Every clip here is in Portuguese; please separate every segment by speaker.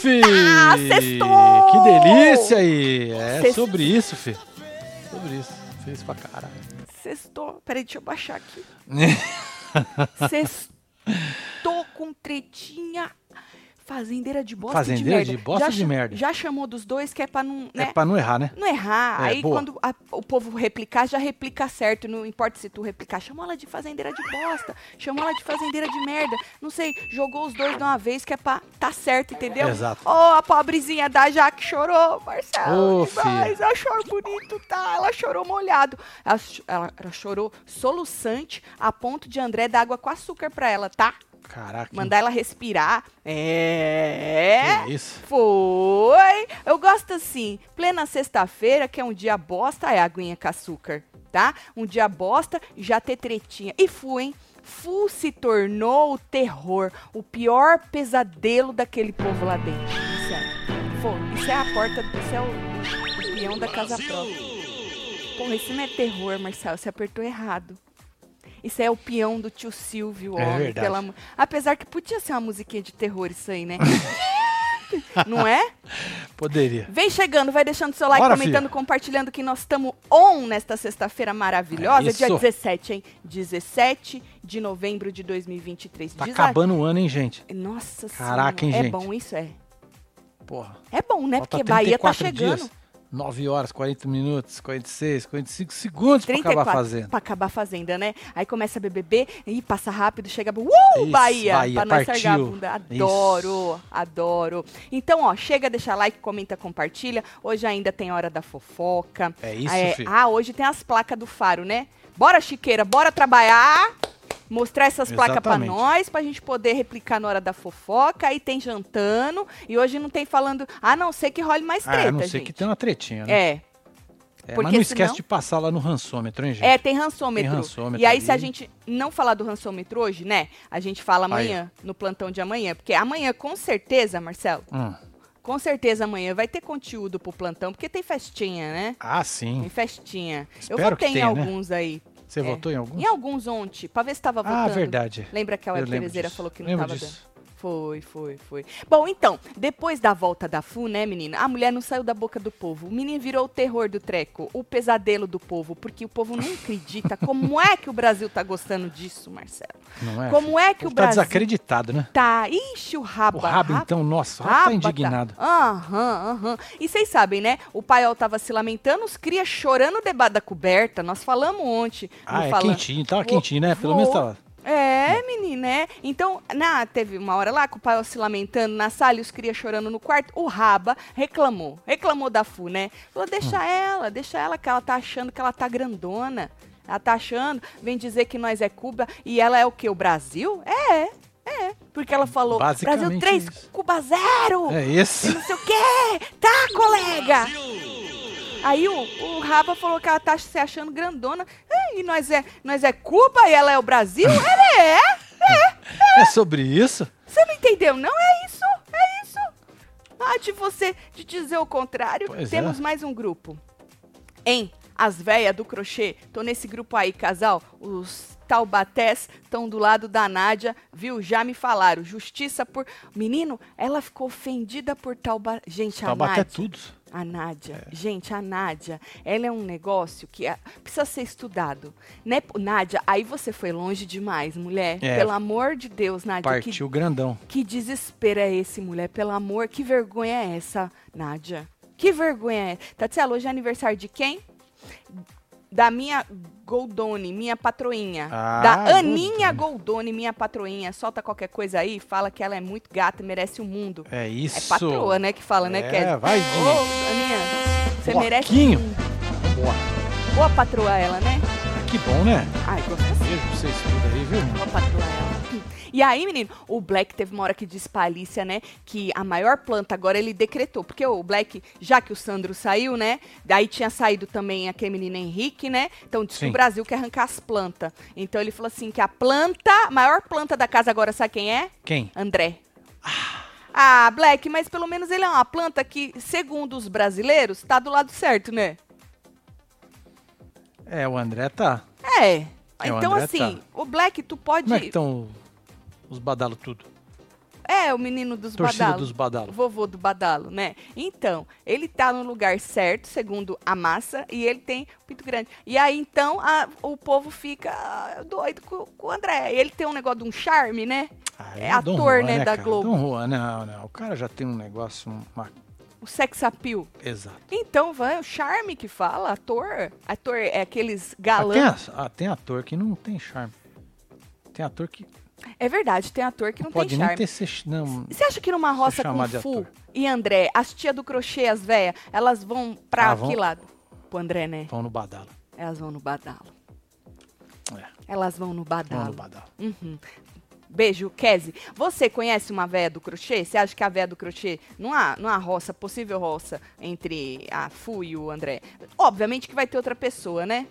Speaker 1: fi!
Speaker 2: Ah, sextou!
Speaker 1: Que delícia aí! É
Speaker 2: Sextou.
Speaker 1: sobre isso, fi. Sobre isso. Fez pra caralho.
Speaker 2: Sextou. Peraí, deixa eu baixar aqui. Sextou com tretinha. Fazendeira de bosta
Speaker 1: Fazendeira
Speaker 2: de merda.
Speaker 1: de bosta
Speaker 2: já
Speaker 1: de
Speaker 2: cha-
Speaker 1: merda.
Speaker 2: Já chamou dos dois, que é pra não, né,
Speaker 1: É pra não errar, né?
Speaker 2: não errar.
Speaker 1: É,
Speaker 2: Aí
Speaker 1: boa.
Speaker 2: quando a- o povo replicar, já replica certo. Não importa se tu replicar. Chamou ela de fazendeira de bosta. Chamou ela de fazendeira de merda. Não sei, jogou os dois de uma vez, que é pra tá certo, entendeu?
Speaker 1: Exato.
Speaker 2: Oh, a pobrezinha da Jaque chorou, Marcelo.
Speaker 1: Ô,
Speaker 2: demais. Ela chorou bonito, tá? Ela chorou molhado. Ela, cho- ela- ela chorou soluçante a ponto de André dar água com açúcar pra ela, tá?
Speaker 1: Caraca. hein?
Speaker 2: Mandar ela respirar. É.
Speaker 1: Que isso?
Speaker 2: Foi! Eu gosto assim, plena sexta-feira, que é um dia bosta, é aguinha com açúcar, tá? Um dia bosta, já ter tretinha. E Fu, hein? Fu se tornou o terror, o pior pesadelo daquele povo lá dentro. Isso é, Fu, isso é a porta, isso é o, o peão da casa própria. Porra, isso não é terror, Marcelo, você apertou errado. Isso é o peão do tio Silvio,
Speaker 1: É
Speaker 2: homem,
Speaker 1: verdade.
Speaker 2: pela mu- Apesar que podia ser uma musiquinha de terror isso aí, né? Não é?
Speaker 1: Poderia.
Speaker 2: Vem chegando, vai deixando seu like,
Speaker 1: Bora,
Speaker 2: comentando,
Speaker 1: filha.
Speaker 2: compartilhando que nós estamos on nesta sexta-feira maravilhosa,
Speaker 1: É
Speaker 2: dia
Speaker 1: isso.
Speaker 2: 17, hein? 17 de novembro de 2023.
Speaker 1: Tá
Speaker 2: Diz a-
Speaker 1: acabando o ano, hein, gente?
Speaker 2: Nossa
Speaker 1: Caraca, hein,
Speaker 2: Senhora.
Speaker 1: gente?
Speaker 2: É bom isso, é.
Speaker 1: Porra.
Speaker 2: É bom, né?
Speaker 1: Falta
Speaker 2: Porque Bahia tá
Speaker 1: 34
Speaker 2: chegando.
Speaker 1: Dias, 9 horas, 40 minutos, 46, 45 segundos pra acabar fazendo.
Speaker 2: pra acabar a fazenda, né? Aí começa a BBB, e passa rápido, chega. Uh,
Speaker 1: Isso,
Speaker 2: Bahia,
Speaker 1: Bahia,
Speaker 2: pra nós
Speaker 1: partiu.
Speaker 2: sargar a bunda. Adoro, adoro. Então, ó, chega, deixa like, comenta, compartilha. Hoje ainda tem hora da fofoca.
Speaker 1: É isso,
Speaker 2: É,
Speaker 1: filho.
Speaker 2: ah, hoje tem as placas do faro, né? Bora, Chiqueira, bora trabalhar. Mostrar essas placas pra
Speaker 1: Exatamente.
Speaker 2: nós, pra gente poder replicar na hora da fofoca. Aí tem jantando. E hoje não tem falando, a não ser que role mais treta,
Speaker 1: ah, a não ser
Speaker 2: gente.
Speaker 1: que tem uma tretinha, né?
Speaker 2: É,
Speaker 1: É, mas
Speaker 2: porque
Speaker 1: não esquece
Speaker 2: senão-
Speaker 1: de passar lá no rançômetro, hein, gente?
Speaker 2: é, tem rançômetro.
Speaker 1: Tem rançômetro
Speaker 2: E aí, se a
Speaker 1: ali.
Speaker 2: gente não falar do rançômetro hoje, né? A gente fala amanhã, no plantão de amanhã. Porque amanhã, com certeza, Marcelo,
Speaker 1: Hum.
Speaker 2: com certeza amanhã vai ter conteúdo pro plantão, porque tem festinha, né?
Speaker 1: Ah,
Speaker 2: Tem
Speaker 1: sim.
Speaker 2: festinha.
Speaker 1: Espero
Speaker 2: Eu
Speaker 1: que
Speaker 2: votei em
Speaker 1: tenha, né?
Speaker 2: alguns aí.
Speaker 1: Você
Speaker 2: É.
Speaker 1: votou em algum?
Speaker 2: Em alguns ontem, pra ver se tava votando.
Speaker 1: Ah, verdade.
Speaker 2: Lembra que a
Speaker 1: Eu
Speaker 2: Web
Speaker 1: lembro
Speaker 2: Terezeira
Speaker 1: disso.
Speaker 2: falou que não
Speaker 1: Lembro
Speaker 2: tava dando?
Speaker 1: disso.
Speaker 2: Foi, foi, foi. Bom, então, depois da volta da FU, né, menina? A mulher não saiu da boca do povo. O menino virou o terror do treco, o pesadelo do povo, porque o povo não acredita. Como é que o Brasil tá gostando disso, Marcelo?
Speaker 1: Não é?
Speaker 2: Como é
Speaker 1: O
Speaker 2: que o
Speaker 1: povo tá
Speaker 2: Brasil
Speaker 1: desacreditado, né?
Speaker 2: tá? Ixi, o rabo.
Speaker 1: O rabo, então, nossa, o rabo tá indignado.
Speaker 2: Aham, aham. E vocês sabem, né? O paiol tava se lamentando, os cria chorando debaixo da coberta. Nós falamos ontem.
Speaker 1: Ah,
Speaker 2: não
Speaker 1: é
Speaker 2: falamos?
Speaker 1: quentinho, tava
Speaker 2: Voou-
Speaker 1: quentinho, né? Pelo menos
Speaker 2: voou.
Speaker 1: tava.
Speaker 2: É, menina, é. Então, na, teve uma hora lá que o pai se lamentando na sala e os cria chorando no quarto. O Raba reclamou. Reclamou da Fu, né? Falou,
Speaker 1: Hum.
Speaker 2: deixa ela, deixa ela, que ela tá achando que ela tá grandona. Ela tá achando, vem dizer que nós é Cuba e ela é o quê? O Brasil? É, é. Porque ela falou,
Speaker 1: Basicamente
Speaker 2: Brasil 3,
Speaker 1: isso.
Speaker 2: Cuba 0!
Speaker 1: É esse.
Speaker 2: Não sei o quê! Tá, colega? Aí o, o Raba falou que ela tá se achando grandona. É, E nós é, nós é Cuba e ela é o Brasil? Ela é!
Speaker 1: É sobre isso?
Speaker 2: Você não entendeu? Não é isso! É isso! Ah, de você de dizer o contrário,
Speaker 1: Pois é.
Speaker 2: temos mais um grupo. Hein? As véias do crochê. Tô nesse grupo aí, casal. Os taubatés estão do lado da Nádia, viu? Já me falaram. Justiça por. Menino, ela ficou ofendida por tauba. Gente, a
Speaker 1: Taubaté
Speaker 2: Nádia.
Speaker 1: é tudo. É.
Speaker 2: A Nádia. Gente, a Nádia, ela é um negócio que ah, precisa ser estudado. Né? Pô, Nádia, aí você foi longe demais, mulher.
Speaker 1: É.
Speaker 2: Pelo amor de Deus, Nádia. é Que,
Speaker 1: Partiu grandão.
Speaker 2: que desespero é esse, mulher? Pelo amor, que vergonha é essa, Nádia? Que vergonha é essa? Tatiana, hoje é aniversário de quem? Da minha Goldone, minha patroinha.
Speaker 1: Ah,
Speaker 2: da Aninha Goldone, minha patroinha. Solta qualquer coisa aí, fala que ela é muito gata, e merece o mundo.
Speaker 1: É isso.
Speaker 2: É patroa, né, que fala, né,
Speaker 1: É,
Speaker 2: Kézia?
Speaker 1: vai,
Speaker 2: Ô,
Speaker 1: Dinho.
Speaker 2: Aninha, você merece
Speaker 1: Bloquinho.
Speaker 2: um-
Speaker 1: Boa.
Speaker 2: boa patroa ela, né?
Speaker 1: Que bom, né?
Speaker 2: Ai, gosto assim.
Speaker 1: Beijo pra vocês tudo aí, viu?
Speaker 2: Boa patroa ela. E aí, menino, o Black teve uma hora que disse pra Alicia, né, que a maior planta agora ele decretou, porque o Black, já que o Sandro saiu, né, daí tinha saído também aquele menino Henrique, né, então disse que
Speaker 1: Sim.
Speaker 2: o Brasil quer arrancar as plantas. Então ele falou assim que a planta, a maior planta da casa agora, sabe quem é?
Speaker 1: Quem?
Speaker 2: André. Ah, Black, mas pelo menos ele é uma planta que, segundo os brasileiros, tá do lado certo, né?
Speaker 1: É, o André tá.
Speaker 2: É.
Speaker 1: É, o
Speaker 2: então,
Speaker 1: André é
Speaker 2: assim, o Black, tu pode.
Speaker 1: Como é que estão os badalos tudo?
Speaker 2: É, o menino dos
Speaker 1: Torcida
Speaker 2: badalos.
Speaker 1: dos badalos.
Speaker 2: Vovô do badalo, né? Então, ele tá no lugar certo, segundo a massa, e ele tem pinto grande. E aí, então, a- o povo fica ah, doido com, com o André. Ele tem um negócio de um charme, né?
Speaker 1: Ah,
Speaker 2: É
Speaker 1: o Dom
Speaker 2: ator,
Speaker 1: Juan,
Speaker 2: né, da
Speaker 1: cara?
Speaker 2: Globo.
Speaker 1: Dom Juan, não, não. O cara já tem um negócio. Uma...
Speaker 2: O sex appeal.
Speaker 1: Exato.
Speaker 2: Então, vai, o charme que fala, ator. Ator é aqueles
Speaker 1: Ah, tem,
Speaker 2: galãs.
Speaker 1: a- ah, tem ator que não tem charme. Tem ator que
Speaker 2: É verdade, tem ator que não
Speaker 1: pode
Speaker 2: tem
Speaker 1: nem
Speaker 2: charme.
Speaker 1: ter. se- Não,
Speaker 2: Você acha que numa roça com
Speaker 1: chamado de
Speaker 2: Fu
Speaker 1: ator.
Speaker 2: e André, as tia do crochê, as véias, elas vão pra
Speaker 1: Ah, vão-
Speaker 2: que lado? Pro André, né?
Speaker 1: vão no badalo.
Speaker 2: Elas vão no badalo.
Speaker 1: É,
Speaker 2: Elas vão no
Speaker 1: vão no
Speaker 2: badalo.
Speaker 1: badalo.
Speaker 2: Uhum. Beijo, Kese. Você conhece uma véia do crochê? Você acha que a véia do crochê, não há, não há roça, possível roça entre a Fu e o André? Obviamente que vai ter outra pessoa, né?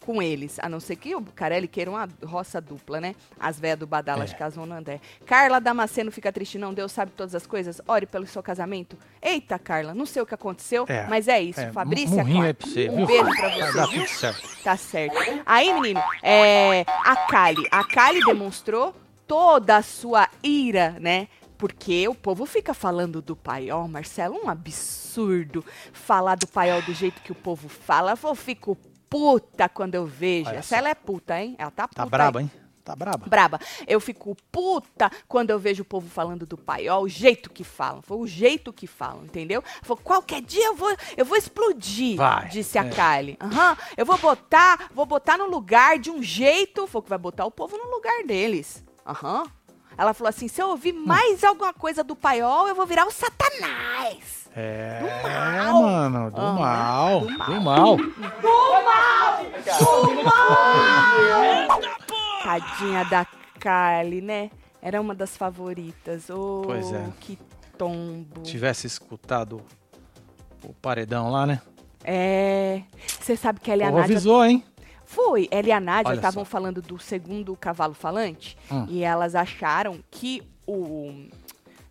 Speaker 2: Com eles. A não ser que o Bucarelli queira uma roça dupla, né? As véias do Badala
Speaker 1: É.
Speaker 2: de Casão no André. Carla Damasceno fica triste, não? Deus sabe todas as coisas? Ore pelo seu casamento? Eita, Carla, não sei o que aconteceu,
Speaker 1: É.
Speaker 2: mas é isso.
Speaker 1: É, mu-
Speaker 2: Fabrícia,
Speaker 1: murrinho
Speaker 2: Clark,
Speaker 1: aí pra você,
Speaker 2: um
Speaker 1: viu?
Speaker 2: beijo pra
Speaker 1: Vai
Speaker 2: você,
Speaker 1: dar
Speaker 2: viu?
Speaker 1: tudo certo.
Speaker 2: Tá certo. Aí, menino, é, a Kali. A Kali demonstrou toda a sua ira, né? Porque o povo fica falando do paiol, Marcelo, um absurdo falar do paiol do jeito que o povo fala. Eu fico puta quando eu vejo.
Speaker 1: Olha
Speaker 2: Essa
Speaker 1: só.
Speaker 2: ela é puta, hein? Ela tá puta.
Speaker 1: Tá
Speaker 2: hein?
Speaker 1: braba, hein? Tá braba.
Speaker 2: braba. Eu fico puta quando eu vejo o povo falando do paiol, o jeito que falam. Foi o jeito que falam, entendeu? Falou, qualquer dia eu vou, eu vou explodir,
Speaker 1: Vai,
Speaker 2: disse a
Speaker 1: é.
Speaker 2: Kylie. Aham, eu vou botar, vou botar no lugar de um jeito, foi que vai botar o povo no lugar deles. Aham. Ela falou assim: se eu ouvir
Speaker 1: Hum.
Speaker 2: mais alguma coisa do paiol, eu vou virar o satanás.
Speaker 1: É,
Speaker 2: Do mal.
Speaker 1: mano, do
Speaker 2: Ah,
Speaker 1: mal,
Speaker 2: do mal.
Speaker 1: do mal.
Speaker 2: Tadinha da Kylie, né? Era uma das favoritas. Oh,
Speaker 1: Pois é.
Speaker 2: Que tombo.
Speaker 1: Tivesse escutado o paredão lá, né?
Speaker 2: É. Você sabe que ela e a
Speaker 1: Porra,
Speaker 2: Nádia.
Speaker 1: avisou, hein?
Speaker 2: Foi, ela e a Nádia
Speaker 1: Olha
Speaker 2: estavam
Speaker 1: só.
Speaker 2: falando do segundo cavalo falante
Speaker 1: Hum.
Speaker 2: e elas acharam que o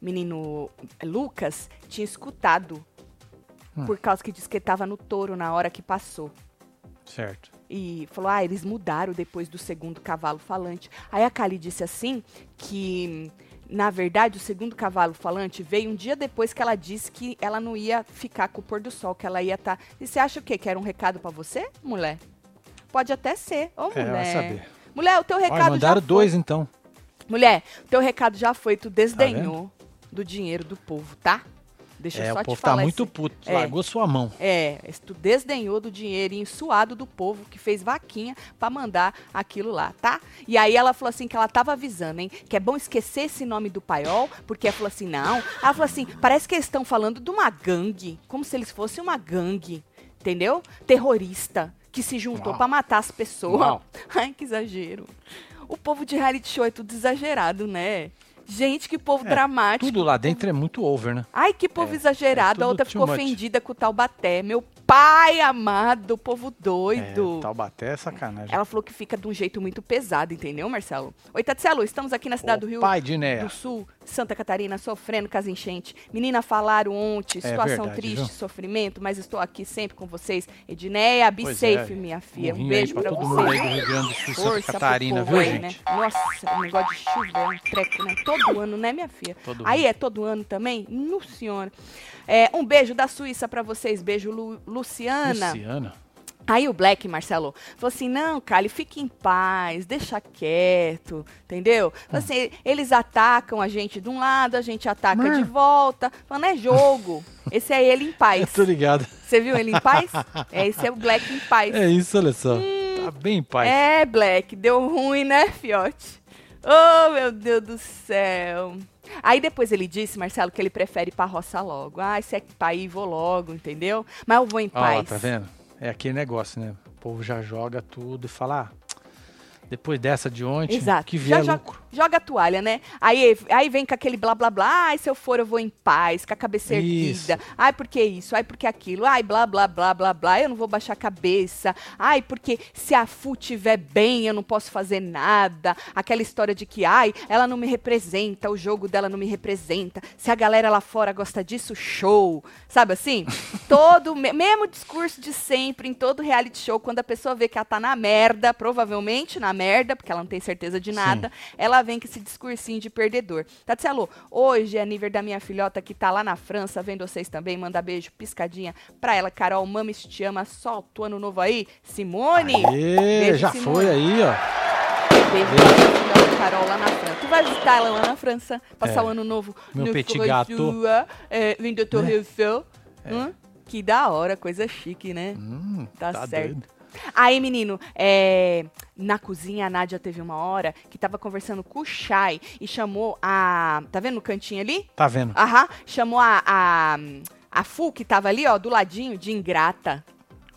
Speaker 2: menino Lucas tinha escutado.
Speaker 1: Hum.
Speaker 2: Por causa que disse que tava no touro na hora que passou.
Speaker 1: Certo.
Speaker 2: E falou, ah, eles mudaram depois do segundo cavalo falante. Aí a Kali disse assim que, na verdade, o segundo cavalo falante veio um dia depois que ela disse que ela não ia ficar com o pôr do sol, que ela ia estar. E você acha o quê? Que era um recado pra você, mulher? Pode até ser. Ô,
Speaker 1: É, vai
Speaker 2: mulher.
Speaker 1: saber.
Speaker 2: Mulher, o teu né? recado
Speaker 1: Olha, mandaram
Speaker 2: já foi.
Speaker 1: dois, então.
Speaker 2: Mulher, o teu recado já foi, tu desdenhou do dinheiro do povo, tá? Deixa
Speaker 1: Tá É,
Speaker 2: eu só
Speaker 1: o povo
Speaker 2: te
Speaker 1: tá
Speaker 2: falar
Speaker 1: muito
Speaker 2: isso.
Speaker 1: puto.
Speaker 2: É.
Speaker 1: Largou sua mão.
Speaker 2: É, tu desdenhou do dinheirinho suado do povo que fez vaquinha pra mandar aquilo lá, tá? E aí ela falou assim que ela tava avisando, hein? Que é bom esquecer esse nome do paiol, porque ela falou assim, não. Ela falou assim, parece que eles estão falando de uma gangue, como se eles fossem uma gangue, entendeu? Terrorista, que se juntou
Speaker 1: Uau.
Speaker 2: pra matar as pessoas.
Speaker 1: Uau.
Speaker 2: Ai, que exagero. O povo de reality show é tudo exagerado, né? Gente, que povo
Speaker 1: É,
Speaker 2: dramático.
Speaker 1: Tudo lá dentro é muito over, né?
Speaker 2: Ai, que povo
Speaker 1: É, é
Speaker 2: exagerado.
Speaker 1: tudo
Speaker 2: a outra
Speaker 1: too
Speaker 2: ficou
Speaker 1: much.
Speaker 2: ofendida com o Taubaté. Meu pai amado, povo doido.
Speaker 1: É, Taubaté é sacanagem.
Speaker 2: Ela falou que fica de um jeito muito pesado, entendeu, Marcelo? Oi, Tatselo, estamos aqui na cidade
Speaker 1: O
Speaker 2: do Rio
Speaker 1: Pai de Nea.
Speaker 2: do Sul, Santa Catarina, sofrendo com as enchentes. Menina, falaram ontem, situação
Speaker 1: É verdade,
Speaker 2: triste,
Speaker 1: viu?
Speaker 2: sofrimento, mas estou aqui sempre com vocês. Edneia, be
Speaker 1: Pois é,
Speaker 2: safe, minha filha. Um
Speaker 1: Morrinho
Speaker 2: beijo
Speaker 1: aí
Speaker 2: pra
Speaker 1: pra todo mundo aí
Speaker 2: vocês.
Speaker 1: do Rio Grande do Sul,
Speaker 2: Força
Speaker 1: Santa
Speaker 2: pro
Speaker 1: Catarina,
Speaker 2: povo
Speaker 1: viu,
Speaker 2: aí,
Speaker 1: gente?
Speaker 2: Né? Nossa, o negócio de chuva é um treco, né? Todo ano, né, minha filha?
Speaker 1: Todo
Speaker 2: Aí
Speaker 1: mundo.
Speaker 2: é todo ano também? No senhora. É, um beijo da Suíça pra vocês. Beijo, Lu- Luciana.
Speaker 1: Luciana.
Speaker 2: Aí o Black, Marcelo, falou assim: não, Kali, fique em paz, deixa quieto, entendeu?
Speaker 1: Ah.
Speaker 2: Falou assim, eles atacam a gente de um lado, a gente ataca
Speaker 1: Mas-
Speaker 2: de volta. Falando, é jogo. Esse é ele em paz.
Speaker 1: Eu tô ligado.
Speaker 2: Você viu ele em paz? É, esse é o Black em paz.
Speaker 1: É isso, olha só. Tá bem em paz.
Speaker 2: É, Black, deu ruim, né, fiote? Oh, meu Deus do céu. Aí depois ele disse, Marcelo, que ele prefere ir pra roça logo. Ah, se é que pra ir, vou logo, entendeu? Mas eu vou em
Speaker 1: Ó, lá,
Speaker 2: paz.
Speaker 1: tá vendo? É aquele negócio, né? O povo já joga tudo e fala, ah, depois dessa de ontem,
Speaker 2: Exato.
Speaker 1: que vier
Speaker 2: Já jo-
Speaker 1: lucro.
Speaker 2: Joga a toalha, né? Aí, aí vem com aquele blá blá blá. Ai, se eu for, eu vou em paz, com a cabeça
Speaker 1: Isso.
Speaker 2: erguida. Ai, porque isso? Ai, porque aquilo? Ai, blá blá blá blá blá. Eu não vou baixar a cabeça. Ai, porque se a FU tiver bem, eu não posso fazer nada. Aquela história de que, ai, ela não me representa, o jogo dela não me representa. Se a galera lá fora gosta disso, show. Sabe assim? Todo me- mesmo discurso de sempre em todo reality show, quando a pessoa vê que ela tá na merda, provavelmente na merda, porque ela não tem certeza de nada, ela vem com esse discursinho de perdedor. Tá, Tati alô, hoje é nível da minha filhota que tá lá na França, vendo vocês também, manda beijo, piscadinha pra ela, Carol, mames, te ama, solta o ano novo aí, Simone!
Speaker 1: Aê,
Speaker 2: Beijo,
Speaker 1: já
Speaker 2: Simone.
Speaker 1: foi aí, ó.
Speaker 2: Beijo pra minha filhota Carol lá na França. Tu vai visitar ela lá na França, passar
Speaker 1: É.
Speaker 2: o ano novo
Speaker 1: Meu
Speaker 2: no
Speaker 1: petit
Speaker 2: Froissart,
Speaker 1: gâteau. Né? É.
Speaker 2: é, vindo Torre Eiffel. Hum? Que da hora, coisa chique, né?
Speaker 1: Hum,
Speaker 2: Tá certo.
Speaker 1: doido.
Speaker 2: Aí, menino, é, na cozinha a Nádia teve uma hora que tava conversando com o Chay e chamou a. Tá vendo no cantinho ali?
Speaker 1: Tá vendo?
Speaker 2: Aham. Chamou a, a, a Fu, que tava ali, ó, do ladinho, de ingrata.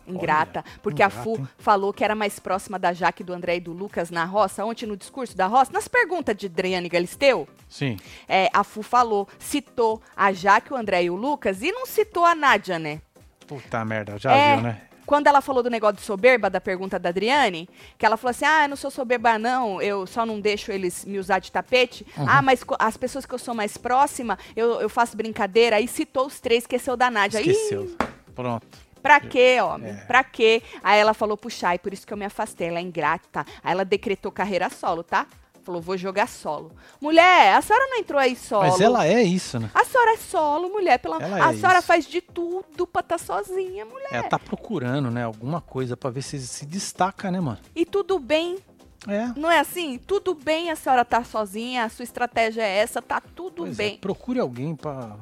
Speaker 2: Ingrata. porque a
Speaker 1: ingrata,
Speaker 2: Fu
Speaker 1: hein?
Speaker 2: falou que era mais próxima da Jaque, do André e do Lucas na roça, ontem no discurso da roça, nas perguntas de Adriane Galisteu.
Speaker 1: Sim.
Speaker 2: é, a Fu falou, citou a Jaque, o André e o Lucas e não citou a Nádia, né?
Speaker 1: Puta merda, já
Speaker 2: É.
Speaker 1: viu, né?
Speaker 2: Quando ela falou do negócio de soberba, da pergunta da Adriane, que ela falou assim: ah, eu não sou soberba, não, eu só não deixo eles me usar de tapete. Ah, mas co- as pessoas que eu sou mais próxima, eu, eu faço brincadeira. Aí citou os três, é esqueceu da Nádia. Ih,
Speaker 1: Esqueceu. É. Pronto.
Speaker 2: Pra quê, homem? Pra quê? Aí ela falou pro Chay, por isso que eu me afastei, ela é ingrata. Aí ela decretou carreira solo, tá? Falou, vou jogar solo. Mulher, a senhora não entrou aí solo.
Speaker 1: Mas ela é isso, né?
Speaker 2: A senhora é solo, mulher. Pela...
Speaker 1: Ela é
Speaker 2: a senhora
Speaker 1: isso.
Speaker 2: faz de tudo pra estar tá sozinha, mulher.
Speaker 1: Ela tá procurando, né? Alguma coisa pra ver se se destaca, né, mano?
Speaker 2: E tudo bem,
Speaker 1: É.
Speaker 2: Não é assim? Tudo bem a senhora tá sozinha, a sua estratégia é essa, tá tudo
Speaker 1: Pois é,
Speaker 2: bem.
Speaker 1: procure alguém pra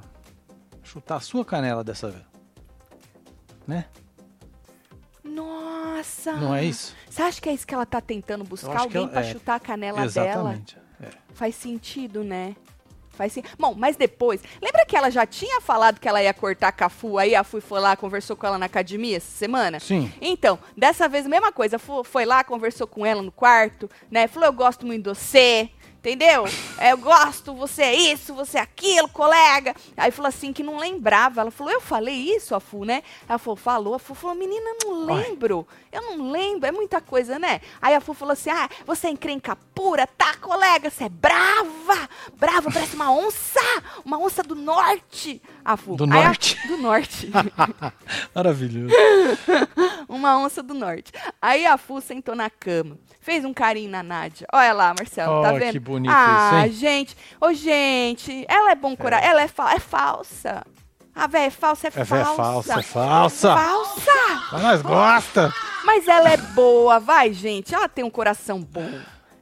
Speaker 1: chutar a sua canela dessa vez. Né?
Speaker 2: Nossa!
Speaker 1: Não é isso?
Speaker 2: Você acha que é isso que ela tá tentando buscar?
Speaker 1: acho que
Speaker 2: Alguém
Speaker 1: ela-
Speaker 2: pra
Speaker 1: é,
Speaker 2: chutar a canela dela?
Speaker 1: Exatamente. É.
Speaker 2: Faz sentido, né? Faz sim. Bom, mas depois. Lembra que ela já tinha falado que ela ia cortar com a Fu? Aí a Fu foi lá, conversou com ela na academia essa semana?
Speaker 1: Sim.
Speaker 2: Então, dessa vez, mesma coisa. Fu- Foi lá, conversou com ela no quarto, né? Falou, eu gosto muito de você, entendeu? É, Eu gosto, você é isso, você é aquilo, colega. Aí falou assim, que não lembrava. Ela falou, eu falei isso, a Fu, né? Ela falou, falou. A Fu falou, menina, eu não
Speaker 1: Ai.
Speaker 2: lembro. Eu não lembro, é muita coisa, né? Aí a Fu falou assim, ah, você é encrenca pura, tá, colega? Você é brava, brava, parece uma onça, uma onça do norte. A Fu.
Speaker 1: Do
Speaker 2: Aí a-
Speaker 1: norte.
Speaker 2: do norte.
Speaker 1: Maravilhoso.
Speaker 2: Uma onça do norte. Aí a Fu sentou na cama. Fez um carinho na Nádia. Olha lá, Marcelo, tá
Speaker 1: Oh,
Speaker 2: vendo?
Speaker 1: que bonito
Speaker 2: ah,
Speaker 1: isso, hein?
Speaker 2: gente. Ô, gente, ela é bom coração. Ela é, fa é falsa. A véia é falsa, é,
Speaker 1: É
Speaker 2: falsa.
Speaker 1: véia falsa, é falsa.
Speaker 2: Falsa!
Speaker 1: Mas nós gosta.
Speaker 2: Mas ela é boa, vai, gente. Ela tem um coração bom.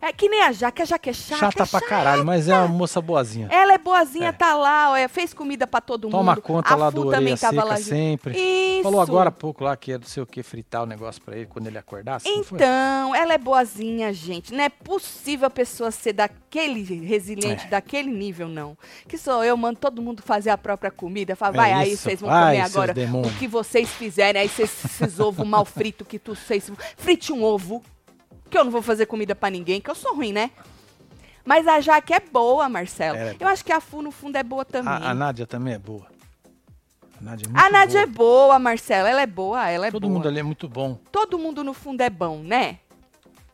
Speaker 2: É que nem a Jaque, a Jaque é chata.
Speaker 1: Chata
Speaker 2: é
Speaker 1: pra caralho, mas é uma moça boazinha.
Speaker 2: Ela é boazinha, tá lá, ó, fez comida pra todo
Speaker 1: Toma
Speaker 2: mundo.
Speaker 1: conta
Speaker 2: a
Speaker 1: lá
Speaker 2: Fu
Speaker 1: do
Speaker 2: também
Speaker 1: orelha
Speaker 2: tava
Speaker 1: seca
Speaker 2: lá junto.
Speaker 1: sempre.
Speaker 2: Isso.
Speaker 1: Falou agora há pouco lá que é não sei o que fritar o negócio pra ele quando ele acordasse. não foi?
Speaker 2: Então, ela é boazinha, gente. Não é possível a pessoa ser daquele
Speaker 1: É.
Speaker 2: resiliente, daquele nível, não. Que sou eu, mando todo mundo fazer a própria comida. Fala,
Speaker 1: É
Speaker 2: vai aí,
Speaker 1: isso,
Speaker 2: vocês vão
Speaker 1: vai,
Speaker 2: comer
Speaker 1: seus
Speaker 2: agora
Speaker 1: demônios."
Speaker 2: o que vocês fizerem. Aí vocês, esses ovos mal fritos que tu fez. Frite um ovo, que eu não vou fazer comida pra ninguém, que eu sou ruim, né? Mas a Jaque é boa, Marcelo.
Speaker 1: Ela é
Speaker 2: eu acho que a Fu, no fundo, é boa também.
Speaker 1: A, a Nádia também é boa. A Nádia é muito
Speaker 2: A Nádia é
Speaker 1: boa.
Speaker 2: boa, Marcelo. Ela é boa, ela é
Speaker 1: Todo
Speaker 2: boa.
Speaker 1: mundo ali é muito bom.
Speaker 2: todo mundo no fundo é bom, né?